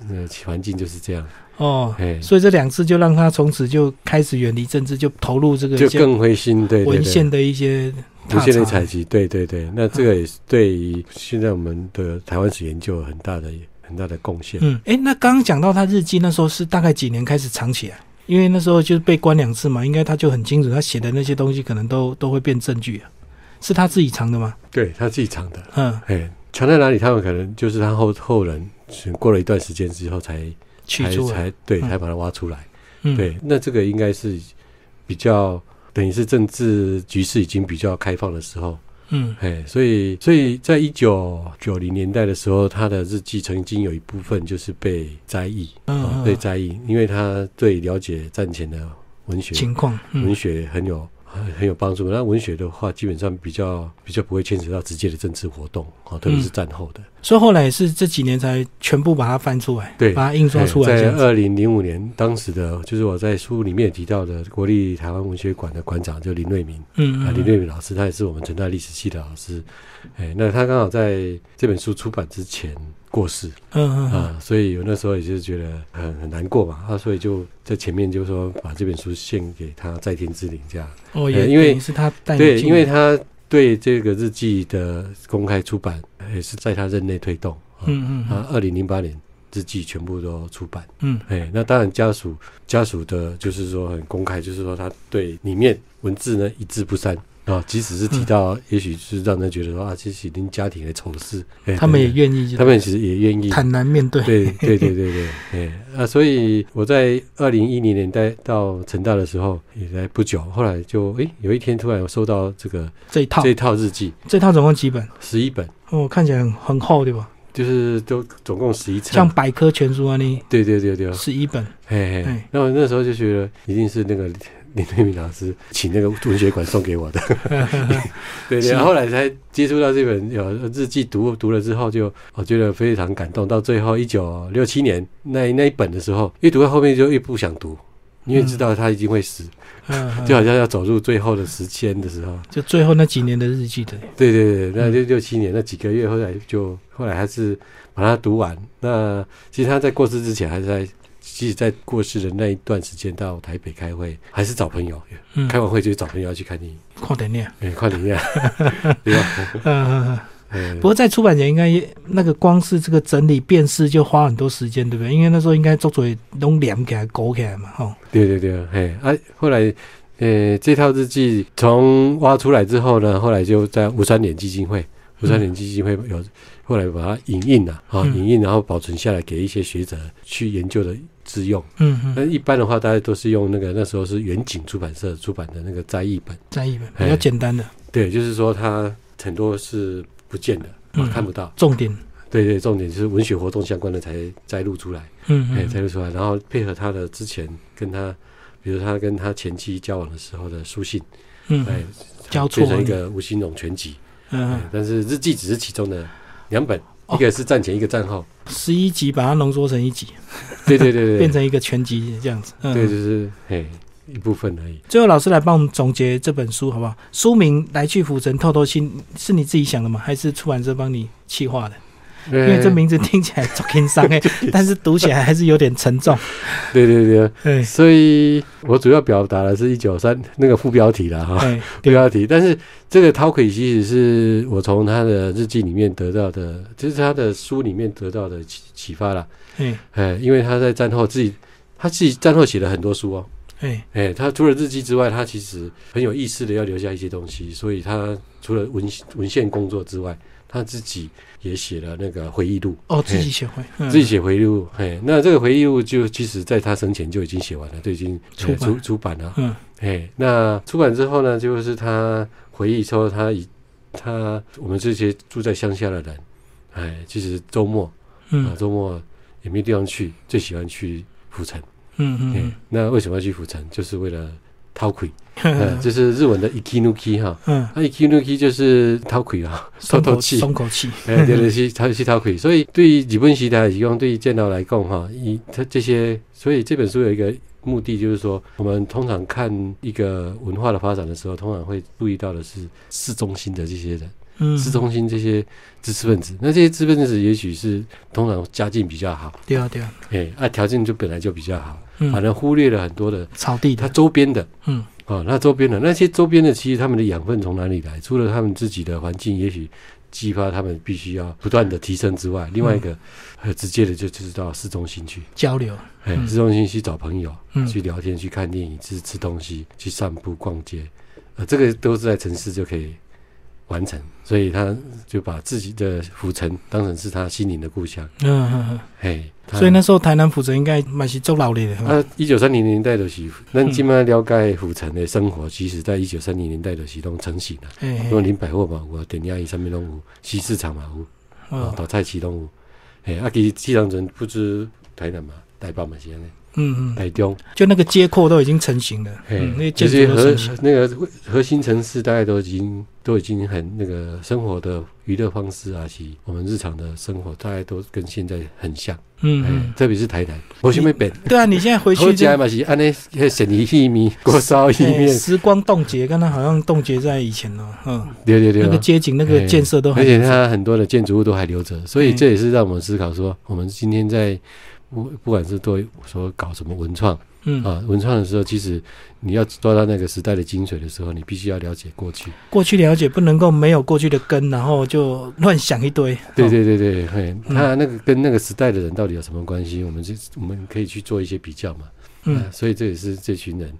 Speaker 2: 呃环境就是这样，
Speaker 1: 哦，
Speaker 2: 哎，
Speaker 1: 所以这两次就让他从此就开始远离政治，就投入这个
Speaker 2: 就
Speaker 1: 一些
Speaker 2: 更灰心，对对
Speaker 1: 文
Speaker 2: 对，
Speaker 1: 献的一些
Speaker 2: 无
Speaker 1: 踏
Speaker 2: 限的
Speaker 1: 查
Speaker 2: 采集，对对对，那这个也是对于现在我们的台湾史研究有很大的很大的贡献。
Speaker 1: 嗯，哎，那刚刚讲到他日记那时候是大概几年开始藏起来？因为那时候就是被关两次嘛，应该他就很清楚，他写的那些东西可能都都会变证据啊，是他自己藏的吗？
Speaker 2: 对他自己藏的，
Speaker 1: 嗯，
Speaker 2: 哎，藏在哪里？他们可能就是他后后人过了一段时间之后才
Speaker 1: 取
Speaker 2: 才
Speaker 1: 出来，
Speaker 2: 才对
Speaker 1: 嗯
Speaker 2: 才把它挖出来。
Speaker 1: 嗯，
Speaker 2: 对，那这个应该是比较等于是政治局势已经比较开放的时候，
Speaker 1: 嗯
Speaker 2: 哎，所以所以在一九九零年代的时候，他的日记曾经有一部分就是被摘译，
Speaker 1: 嗯
Speaker 2: 啊
Speaker 1: 嗯，
Speaker 2: 被摘译，因为他对了解战前的文学
Speaker 1: 情况，嗯
Speaker 2: 文学很有。很很有帮助。那文学的话，基本上比较比较不会牵扯到直接的政治活动啊，特别是
Speaker 1: 嗯
Speaker 2: 战后的。
Speaker 1: 所以后来也是这几年才全部把它翻出来，
Speaker 2: 对哎
Speaker 1: 把它印刷出来这
Speaker 2: 在
Speaker 1: 样子。
Speaker 2: 二零零五年，当时的就是我在书里面提到的国立台湾文学馆的馆长就林瑞明
Speaker 1: 嗯
Speaker 2: 啊，
Speaker 1: 嗯
Speaker 2: 林瑞明老师，他也是我们成大历史系的老师。哎，那他刚好在这本书出版之前过世
Speaker 1: 嗯嗯嗯
Speaker 2: 啊，所以我那时候也是觉得很很难过嘛，啊，所以就在前面就说把这本书献给他在天之灵这样。
Speaker 1: 哦，也
Speaker 2: 呃因为
Speaker 1: 等于是他带你
Speaker 2: 对，
Speaker 1: 进
Speaker 2: 因为
Speaker 1: 来
Speaker 2: 他对这个日记的公开出版也是在他任内推动啊。
Speaker 1: 嗯嗯嗯
Speaker 2: 啊，二零零八年日记全部都出版。
Speaker 1: 嗯
Speaker 2: 哎，那当然家属家属的，就是说很公开，就是说他对里面文字呢一字不删啊，即使是提
Speaker 1: 嗯
Speaker 2: 到，也许是让人觉得说啊，这是您家庭的丑事，哎
Speaker 1: 他们也
Speaker 2: 对
Speaker 1: 愿意，
Speaker 2: 他们其实也愿意。
Speaker 1: 坦然面对。
Speaker 2: 对对对对对，哎啊，所以我在二零一零年代到成大的时候，也才不久，后来就哎有一天突然我收到这个
Speaker 1: 这一套
Speaker 2: 这套日记
Speaker 1: 这套总共几本？
Speaker 2: 十一本，
Speaker 1: 哦，看起来很很厚对吧？
Speaker 2: 就是都总共十一册
Speaker 1: 像，百科全书啊，你
Speaker 2: 对对对对，
Speaker 1: 十一本。
Speaker 2: 嘿
Speaker 1: 对
Speaker 2: 嘿，那我那时候就觉得一定是那个林瑞敏老师请那个文学馆送给
Speaker 1: (laughs)
Speaker 2: 我的，对对，
Speaker 1: 是
Speaker 2: 后来才接触到这本有日记读读了之后就，我觉得非常感动。到最后一九六七年那那一本的时候，越读到后面就越不想读，因为知道他一定会死，
Speaker 1: 嗯，嗯
Speaker 2: 就好像要走入最后的时间的时候，
Speaker 1: 就最后那几年的日记的。
Speaker 2: 对对对，那
Speaker 1: 嗯
Speaker 2: 六六七年那几个月，后来就后来还是把它读完。那其实他在过世之前，还是在即使在过世的那一段时间到台北开会，还是找朋友，
Speaker 1: 嗯，
Speaker 2: 开完会就找朋友要去看电影，
Speaker 1: 快点念。
Speaker 2: 哎、看电 (laughs) 影啊，对吧？
Speaker 1: 嗯嗯嗯。
Speaker 2: 哎
Speaker 1: 不过在出版前应该也那个光是这个整理辨识就花很多时间，对不对？因为那时候应该做嘴弄连起来、勾起来嘛，哦吼。
Speaker 2: 对对对，哎啊，后来。呃，这套日记从挖出来之后呢，后来就在吴三连基金会，吴三连基金会有后来把它影印了啊，
Speaker 1: 嗯
Speaker 2: 影印然后保存下来给一些学者去研究的自用。
Speaker 1: 嗯
Speaker 2: 那
Speaker 1: 嗯，
Speaker 2: 一般的话，大家都是用那个那时候是远景出版社出版的那个摘译本，
Speaker 1: 在一本
Speaker 2: 哎
Speaker 1: 比较简单的，
Speaker 2: 对，就是说它很多是不见的，
Speaker 1: 嗯
Speaker 2: 啊、看不到。
Speaker 1: 重点。
Speaker 2: 对对，重点就是文学活动相关的才摘录出来，
Speaker 1: 嗯
Speaker 2: 哎、
Speaker 1: 嗯
Speaker 2: 摘录出来，然后配合他的之前跟他，比如他跟他前妻交往的时候的书信，
Speaker 1: 嗯
Speaker 2: 哎
Speaker 1: 嗯，交错
Speaker 2: 变成一个吴兴荣全集、
Speaker 1: 嗯
Speaker 2: 哎，但是日记只是其中的两本，
Speaker 1: 哦
Speaker 2: 一个是战前，一个战后。
Speaker 1: 嗯，十一集把它浓缩成一集，
Speaker 2: 对对对对，
Speaker 1: 变成一个全集这样子。嗯，
Speaker 2: 对，就是哎一部分而已。
Speaker 1: 最后老师来帮我们总结这本书好不好？书名《来去浮沉透透心》是你自己想的吗？还是出版社帮你企划的？
Speaker 2: 因
Speaker 1: 因为这名字听起
Speaker 2: (laughs)
Speaker 1: 来 (laughs) 很轻伤哎，但是读起来还是有点沉重。哎
Speaker 2: 对对对，
Speaker 1: (laughs) 对，
Speaker 2: 所以我主要表达的是一九三那个副标题了哈，
Speaker 1: 哎，
Speaker 2: 副
Speaker 1: 对，
Speaker 2: 标题。但是这个 t a l k 其实是我从他的日记里面得到的，就是他的书里面得到的启启发啦。
Speaker 1: 哎
Speaker 2: 哎，因为他在战后自己，他自己战后写了很多书哦。
Speaker 1: 哎，
Speaker 2: 哎，他除了日记之外，他其实很有意识的要留下一些东西，所以他除了文文献工作之外，他自己也写了那个回忆录。
Speaker 1: 哦，自己学会，嗯
Speaker 2: 自己写回忆录，嘿，那这个回忆录就其实在他生前就已经写完了，就已经呃
Speaker 1: 出版
Speaker 2: 出出版了，
Speaker 1: 嗯
Speaker 2: 嘿，那出版之后呢，就是他回忆说他以他我们这些住在乡下的人，哎，其实周末啊
Speaker 1: 嗯
Speaker 2: 周末也没地方去，最喜欢去浮城，
Speaker 1: 嗯嗯
Speaker 2: 嘿
Speaker 1: 嗯，
Speaker 2: 那为什么要去浮城？就是为了掏亏，呃，
Speaker 1: 嗯
Speaker 2: 这是日文的 ikinuki 哈。
Speaker 1: (laughs) 嗯，
Speaker 2: 那 ikinuki 就是掏亏啊，透
Speaker 1: 松
Speaker 2: 透
Speaker 1: 口
Speaker 2: 气，
Speaker 1: 松口气，
Speaker 2: 哎，对对，是他是他可以，所以对于日本时代提供对于剑道来讲哈，以他这些，所以这本书有一个目的，就是说我们通常看一个文化的发展的时候，通常会注意到的是市中心的这些人，
Speaker 1: 嗯，
Speaker 2: 市中心这些知识分子，那这些知识分子也许是通常家境比较好，
Speaker 1: 对啊对啊，
Speaker 2: 哎，啊条件就本来就比较好，反
Speaker 1: 嗯，
Speaker 2: 而忽略了很多的
Speaker 1: 草地
Speaker 2: 他
Speaker 1: 的，
Speaker 2: 周边的，
Speaker 1: 嗯，
Speaker 2: 哦，那周边的那些周边的，其实他们的养分从哪里来？除了他们自己的环境，也许激发他们必须要不断的提升之外，另外一
Speaker 1: 嗯
Speaker 2: 个很直接的就就是到市中心去，
Speaker 1: 交流，
Speaker 2: 哎，
Speaker 1: 嗯
Speaker 2: 市中心去找朋友，
Speaker 1: 嗯
Speaker 2: 去聊天，去看电影，吃吃东西，去散步、逛街，呃，这个都是在城市就可以完成，所以他就把自己的府城当成是他心灵的故乡，
Speaker 1: 嗯嗯嗯。
Speaker 2: 哎，他
Speaker 1: 所以那时候台南府城应该蛮是做老力的，
Speaker 2: 啊，一九三零年代就是，咱即摆了解府城的生活，其实在一九三零年代就是拢成型啦。
Speaker 1: 哎、
Speaker 2: 因为林百货嘛有啊，电影院上面拢有，西市场嘛有，啊
Speaker 1: 哦，
Speaker 2: 大菜市拢有。嘿，啊，其实这当阵不止台南嘛，台北嘛是安尼。
Speaker 1: 嗯嗯，
Speaker 2: 台中，
Speaker 1: 就那个街廓都已经成型了，
Speaker 2: 嘿
Speaker 1: 嗯，那些
Speaker 2: 其
Speaker 1: 建
Speaker 2: 实
Speaker 1: 筑都
Speaker 2: 核
Speaker 1: 成型，
Speaker 2: 那个核心城市大概都已经都已经很那个生活的娱乐方式啊，其我们日常的生活大概都跟现在很像，
Speaker 1: 嗯
Speaker 2: 哎
Speaker 1: 嗯，，
Speaker 2: 特别是台南，我去没变，
Speaker 1: 对啊，你现在回
Speaker 2: 我
Speaker 1: 去就
Speaker 2: 哎家嘛是安尼咸鱼意面、锅烧意
Speaker 1: 哎
Speaker 2: 面，
Speaker 1: 时光冻结，刚才好像冻结在以前了，嗯，
Speaker 2: 对对对
Speaker 1: 那个
Speaker 2: 啊。
Speaker 1: 街景那个
Speaker 2: 哎
Speaker 1: 建设都
Speaker 2: 而
Speaker 1: 还
Speaker 2: 且它很多的建筑物都还留着，所以
Speaker 1: 嗯
Speaker 2: 这也是让我们思考说，我们今天在不不管是对说搞什么文创
Speaker 1: 嗯，
Speaker 2: 啊，文创的时候，其实你要抓到那个时代的精髓的时候，你必须要了解过去。
Speaker 1: 过去了解不能够没有过去的根，然后就乱想一堆，
Speaker 2: 对
Speaker 1: 哦，
Speaker 2: 对对对，嘿，
Speaker 1: 嗯
Speaker 2: 那那个跟那个时代的人到底有什么关系？我们就我们可以去做一些比较嘛。
Speaker 1: 嗯
Speaker 2: 那，所以这也是这群人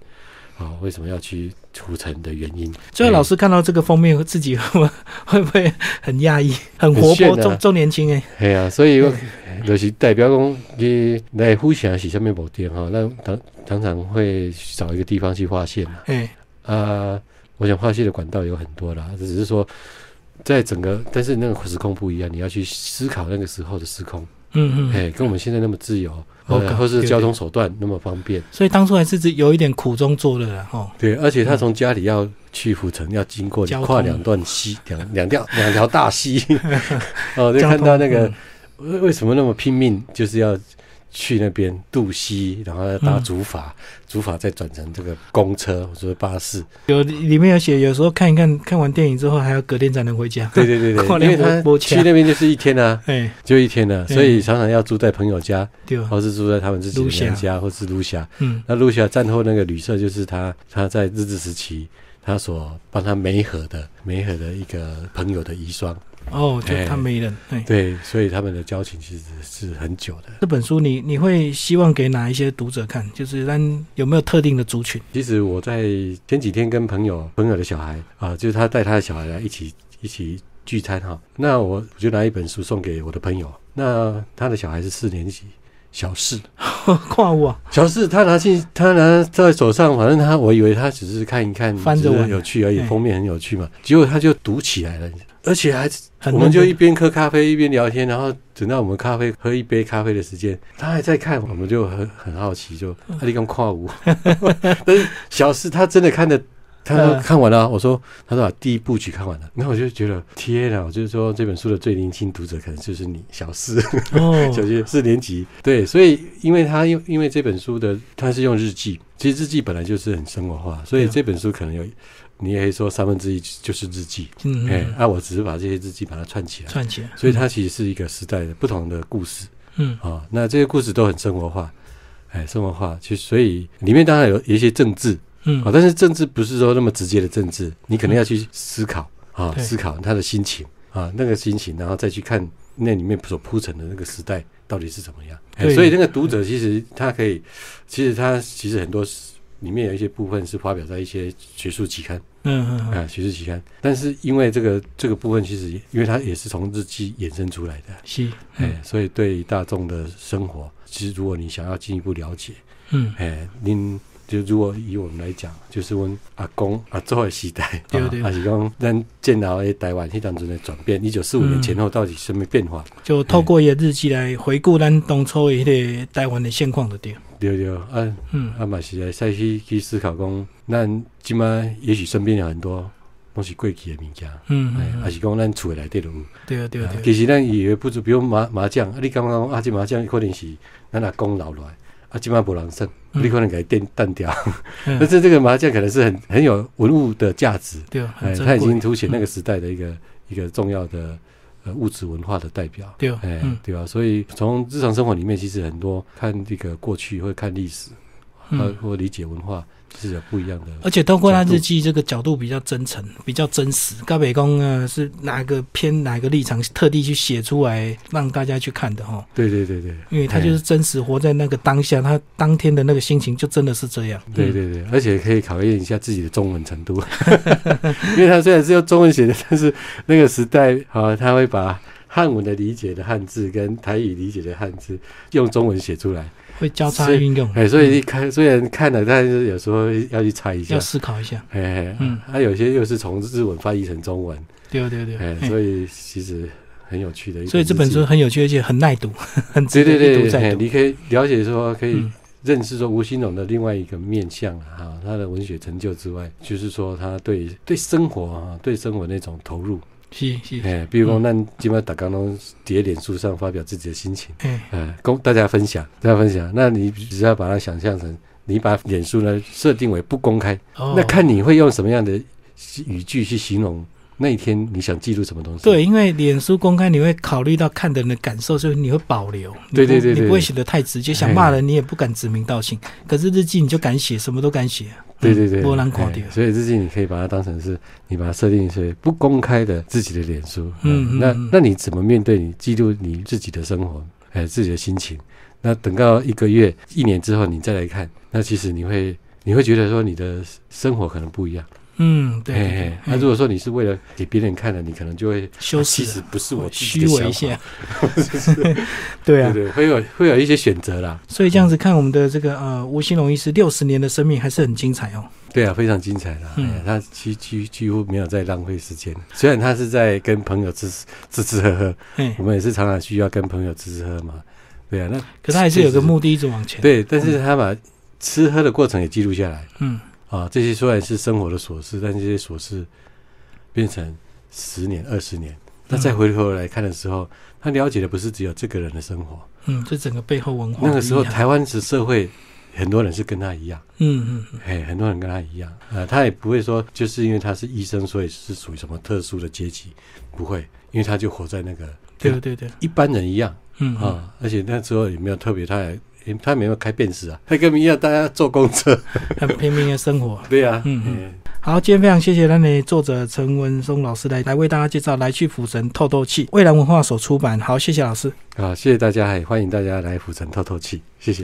Speaker 2: 啊、为什么要去屠城的原因。
Speaker 1: 最后老
Speaker 2: 哎
Speaker 1: 师看到这个封面，自己会会不会很压抑、很活
Speaker 2: 很炫
Speaker 1: 泼、周
Speaker 2: 啊
Speaker 1: 周年轻哎、
Speaker 2: 嘿啊，所以我就是代表讲，你来呼想是下面某店哈，那常常常会找一个地方去发泄嘛。
Speaker 1: 哎、
Speaker 2: 啊，我想发泄的管道有很多啦，只是说在整个，但是那个时空不一样，你要去思考那个时候的时空，
Speaker 1: 嗯嗯，
Speaker 2: 哎，跟我们现在那么自由，
Speaker 1: 哦
Speaker 2: 呃
Speaker 1: 搞
Speaker 2: 或是
Speaker 1: 对
Speaker 2: 交
Speaker 1: 对
Speaker 2: 通手段那么方便。
Speaker 1: 所以当初还是有一点苦中作乐了哦。
Speaker 2: 对，而且他从家里要去府城，要经过
Speaker 1: 交通
Speaker 2: 跨两段溪，两两条两条大
Speaker 1: (laughs)
Speaker 2: 溪，哦，就
Speaker 1: 交
Speaker 2: 看
Speaker 1: 通
Speaker 2: 到那个为为什么那么拼命，就是要去那边渡溪，然后要搭竹
Speaker 1: 嗯
Speaker 2: 筏，竹筏再转成这个公车或者是巴士。
Speaker 1: 有里面有写，有时候看一看，看完电影之后还要隔天才能回家。
Speaker 2: 对对对对，
Speaker 1: 跨
Speaker 2: 因
Speaker 1: 两
Speaker 2: 为他
Speaker 1: 波
Speaker 2: 去那边就是一天啊，
Speaker 1: (laughs) 哎、
Speaker 2: 就一天啊，所以常常要住在朋友家，
Speaker 1: 对吧？
Speaker 2: 或是住在他们自己
Speaker 1: 陆
Speaker 2: 的
Speaker 1: 下
Speaker 2: 娘家，或是卢霞。
Speaker 1: 嗯
Speaker 2: 那陆霞战后那个旅社，就是他他在日治时期，他所帮他媒合的媒合的一个朋友的遗孀。
Speaker 1: 哦，就
Speaker 2: 哎
Speaker 1: 他没人。哎、
Speaker 2: 对，所以他们的交情其实是很久的。
Speaker 1: 这本书你你会希望给哪一些读者看？就是咱有没有特定的族群？ (laughs)
Speaker 2: 其实我在前几天跟朋友朋友的小孩啊，就是他带他的小孩来一起一起聚餐哈。那我我就拿一本书送给我的朋友，那他的小孩是四年级。小四，
Speaker 1: 跨物啊，
Speaker 2: 小四，他拿进，他拿在手上，反正他，我以为他只是看一看，
Speaker 1: 翻着
Speaker 2: 只是
Speaker 1: 玩
Speaker 2: 有趣而已
Speaker 1: 哎，
Speaker 2: 封面很有趣嘛。结果他就读起来了，而且还
Speaker 1: 很
Speaker 2: 我们就
Speaker 1: 认
Speaker 2: 一
Speaker 1: 真
Speaker 2: 边喝咖啡一边聊天，然后等到我们咖啡喝一杯咖啡的时间，他还在看，我们就很很好奇，就阿力刚跨
Speaker 1: (laughs)
Speaker 2: 舞，但是小四他真的看的。他说
Speaker 1: 嗯
Speaker 2: 看完了，我说，他说把第一部曲看完了，然后我就觉得天啊，我就是说这本书的最年轻读者可能就是你小四， (laughs) 小
Speaker 1: 哦，
Speaker 2: 学四年级，对，所以因为他用因为这本书的他是用日记，其实日记本来就是很生活化，所以
Speaker 1: 对啊
Speaker 2: 这本书可能有，你也可以说三分之一就是日记，
Speaker 1: 嗯，
Speaker 2: 哎、
Speaker 1: 嗯
Speaker 2: 啊，我只是把这些日记把它串起来，
Speaker 1: 串起来，
Speaker 2: 所以它其实是一个时代的不同的故事
Speaker 1: 嗯
Speaker 2: 啊、那这些故事都很生活化，哎，生活化，其实所以里面当然有一些政治
Speaker 1: 嗯
Speaker 2: 啊、，但是政治不是说那么直接的政治，你可能要去思考啊、
Speaker 1: 对
Speaker 2: 思考他的心情啊、那个心情，然后再去看那里面所铺陈的那个时代到底是怎么样。哎，
Speaker 1: 对
Speaker 2: 所以那个读者其实他可以，其实他其实很多是里面有一些部分是发表在一些学术期刊。
Speaker 1: 嗯嗯嗯，
Speaker 2: 啊，学术期刊。但是因为这个这个部分，其实也因为它也是从日记衍生出来的，
Speaker 1: 是，
Speaker 2: 哎、
Speaker 1: 嗯
Speaker 2: 所以对大众的生活，其实如果你想要进一步了解，
Speaker 1: 嗯，
Speaker 2: 哎、您就如果以我们来讲，就是问阿公阿祖的时代，
Speaker 1: 对
Speaker 2: 啊
Speaker 1: 对
Speaker 2: 还是讲咱建老的台湾迄当中的转变，一九四五
Speaker 1: 嗯
Speaker 2: 年前后到底什么变化？
Speaker 1: 就透过一个日记来回顾咱当初的迄个台湾的现况的对了，
Speaker 2: 对对，啊
Speaker 1: 嗯
Speaker 2: 啊嘛是来再去去思考讲，咱今麦也许身边有很多拢是过去的物件，
Speaker 1: 嗯，
Speaker 2: 哎、
Speaker 1: 嗯
Speaker 2: 还是讲咱厝的内底都有。
Speaker 1: 对啊对啊
Speaker 2: 啊
Speaker 1: 对
Speaker 2: 其
Speaker 1: 啊，
Speaker 2: 实咱以为不止，比如麻麻将，啊，你感觉讲啊，这麻将可能是咱阿公留落来，啊，即摆无人耍，
Speaker 1: 嗯
Speaker 2: 你可能给淡淡掉。
Speaker 1: 嗯
Speaker 2: (laughs) 但是这个麻将可能是很很有文物的价值，
Speaker 1: 对啊，
Speaker 2: 哎，
Speaker 1: 很
Speaker 2: 它
Speaker 1: 珍
Speaker 2: 已
Speaker 1: 贵
Speaker 2: 经，凸显那
Speaker 1: 嗯
Speaker 2: 个时代的一个一个重要的呃物质文化的代表。
Speaker 1: 对啊，
Speaker 2: 哎
Speaker 1: 嗯，
Speaker 2: 对吧？所以从日常生活里面，其实很多看这个过去，或看历史，呃，
Speaker 1: 嗯，呃
Speaker 2: 或理解文化，是有不一样的。
Speaker 1: 而且透过他
Speaker 2: 角度
Speaker 1: 日记这个角度比较真诚，比较真实，高北公呃是哪个偏哪个立场特地去写出来让大家去看的哈，
Speaker 2: 对对对对。
Speaker 1: 因为他就是真实活在那个当下，他当天的那个心情就真的是这样，
Speaker 2: 对
Speaker 1: 嗯，
Speaker 2: 对对，而且可以考验一下自己的中文程度， (laughs) 因为他虽然是用中文写的，但是那个时代啊，他会把汉文的理解的汉字跟台语理解的汉字用中文写出来，
Speaker 1: 会交叉
Speaker 2: 所以
Speaker 1: 运用，
Speaker 2: 哎，所以
Speaker 1: 哦嗯
Speaker 2: 一看虽然看了，但是有时候要去猜一下
Speaker 1: 要，思考一下，
Speaker 2: 哎哎，
Speaker 1: 嗯
Speaker 2: 嗯，他、有些又是从日文翻译成中文，
Speaker 1: 对啊对啊对
Speaker 2: 哎
Speaker 1: 啊，，
Speaker 2: 所以其实很有趣的一，
Speaker 1: 所以这本书。很有趣，而且很耐读，很值 (laughs)
Speaker 2: 对
Speaker 1: 得
Speaker 2: 对
Speaker 1: 一读
Speaker 2: 对，
Speaker 1: 再
Speaker 2: 哎
Speaker 1: 读，
Speaker 2: 你可以了解说，可以
Speaker 1: 嗯
Speaker 2: 认识说吴兴荣的另外一个面向啊，哈他的文学成就之外，就是说他对对生活啊，对生活那种投入。
Speaker 1: 是是，
Speaker 2: 哎、比如
Speaker 1: 嗯
Speaker 2: 讲，咱今麦打刚拢叠脸书上发表自己的心情，
Speaker 1: 哎、
Speaker 2: 呃，供大家分享，大家分享。那你只要把它想象成，你把脸书呢设定为不公开，
Speaker 1: 哦
Speaker 2: 那看你会用什么样的语句去形容那一天你想记录什么东西。
Speaker 1: 对，因为脸书公开，你会考虑到看的人的感受，所以你会保留。你
Speaker 2: 对
Speaker 1: 不
Speaker 2: 对对
Speaker 1: 你
Speaker 2: 对
Speaker 1: 不会写的太直接，想骂人你也不敢指名道姓。可是日记你就敢写，什么都敢写。啊嗯
Speaker 2: 对对对，
Speaker 1: 波浪垮
Speaker 2: 哎
Speaker 1: 掉。
Speaker 2: 所以日记你可以把它当成是你把它设定是不公开的自己的脸书。哎
Speaker 1: 嗯嗯
Speaker 2: 那
Speaker 1: 嗯
Speaker 2: 那你怎么面对你记录你自己的生活，哎，自己的心情？那等到一个月、一年之后你再来看，那其实你会你会觉得说你的生活可能不一样。
Speaker 1: 嗯，对对
Speaker 2: 哎
Speaker 1: 对
Speaker 2: 哎。那如果说你是为了给别人看的，你可能就会
Speaker 1: 修
Speaker 2: 啊
Speaker 1: 饰
Speaker 2: 其实不是我自己
Speaker 1: 虚
Speaker 2: 的
Speaker 1: 伪一
Speaker 2: 想
Speaker 1: 些
Speaker 2: 法，，
Speaker 1: (laughs)
Speaker 2: (laughs)
Speaker 1: 对
Speaker 2: 对
Speaker 1: 啊。
Speaker 2: 对，会有会有一些选择啦。
Speaker 1: 所以这样子看，我们的这个呃吴兴隆医师六十年的生命还是很精彩哦。
Speaker 2: 对啊，非常精彩啦！
Speaker 1: 嗯
Speaker 2: 哎呀，他几几几乎没有在浪费时间，虽然他是在跟朋友吃吃吃吃喝喝，
Speaker 1: 哎
Speaker 2: 我，们也是常常需要跟朋友吃吃喝嘛。对啊，那
Speaker 1: 可是还是有个目的一直往前。，
Speaker 2: 对，但是他把吃喝的过程也记录下来
Speaker 1: 嗯，
Speaker 2: 啊。这些虽然是生活的琐事，但这些琐事变成十年、二十年，那再回头来看的时候，他了解的不是只有这个人的生活，
Speaker 1: 嗯，这整个背后文化
Speaker 2: 那个时候
Speaker 1: 的意涵
Speaker 2: 台湾的社会很多人是跟他一样。
Speaker 1: 嗯嗯嗯
Speaker 2: 哎，很多人跟他一样，呃，他也不会说就是因为他是医生，所以是属于什么特殊的阶级，不会，因为他就活在那个
Speaker 1: 对对对，
Speaker 2: 一般人一样
Speaker 1: 嗯
Speaker 2: 啊、
Speaker 1: 啊，
Speaker 2: 而且那时候也没有特别，他也也他没有开便士啊，他跟我们一样，大家坐公车，
Speaker 1: 很平民的生活。
Speaker 2: 对啊，
Speaker 1: 嗯
Speaker 2: 嗯
Speaker 1: 嗯好，今天非常谢谢咱的作者陈文松老师来来为大家介绍《来去浮神透透气》，蔚蓝文化所出版。好，谢谢老师。
Speaker 2: 啊，谢谢大家，也欢迎大家来府城透透气，谢谢。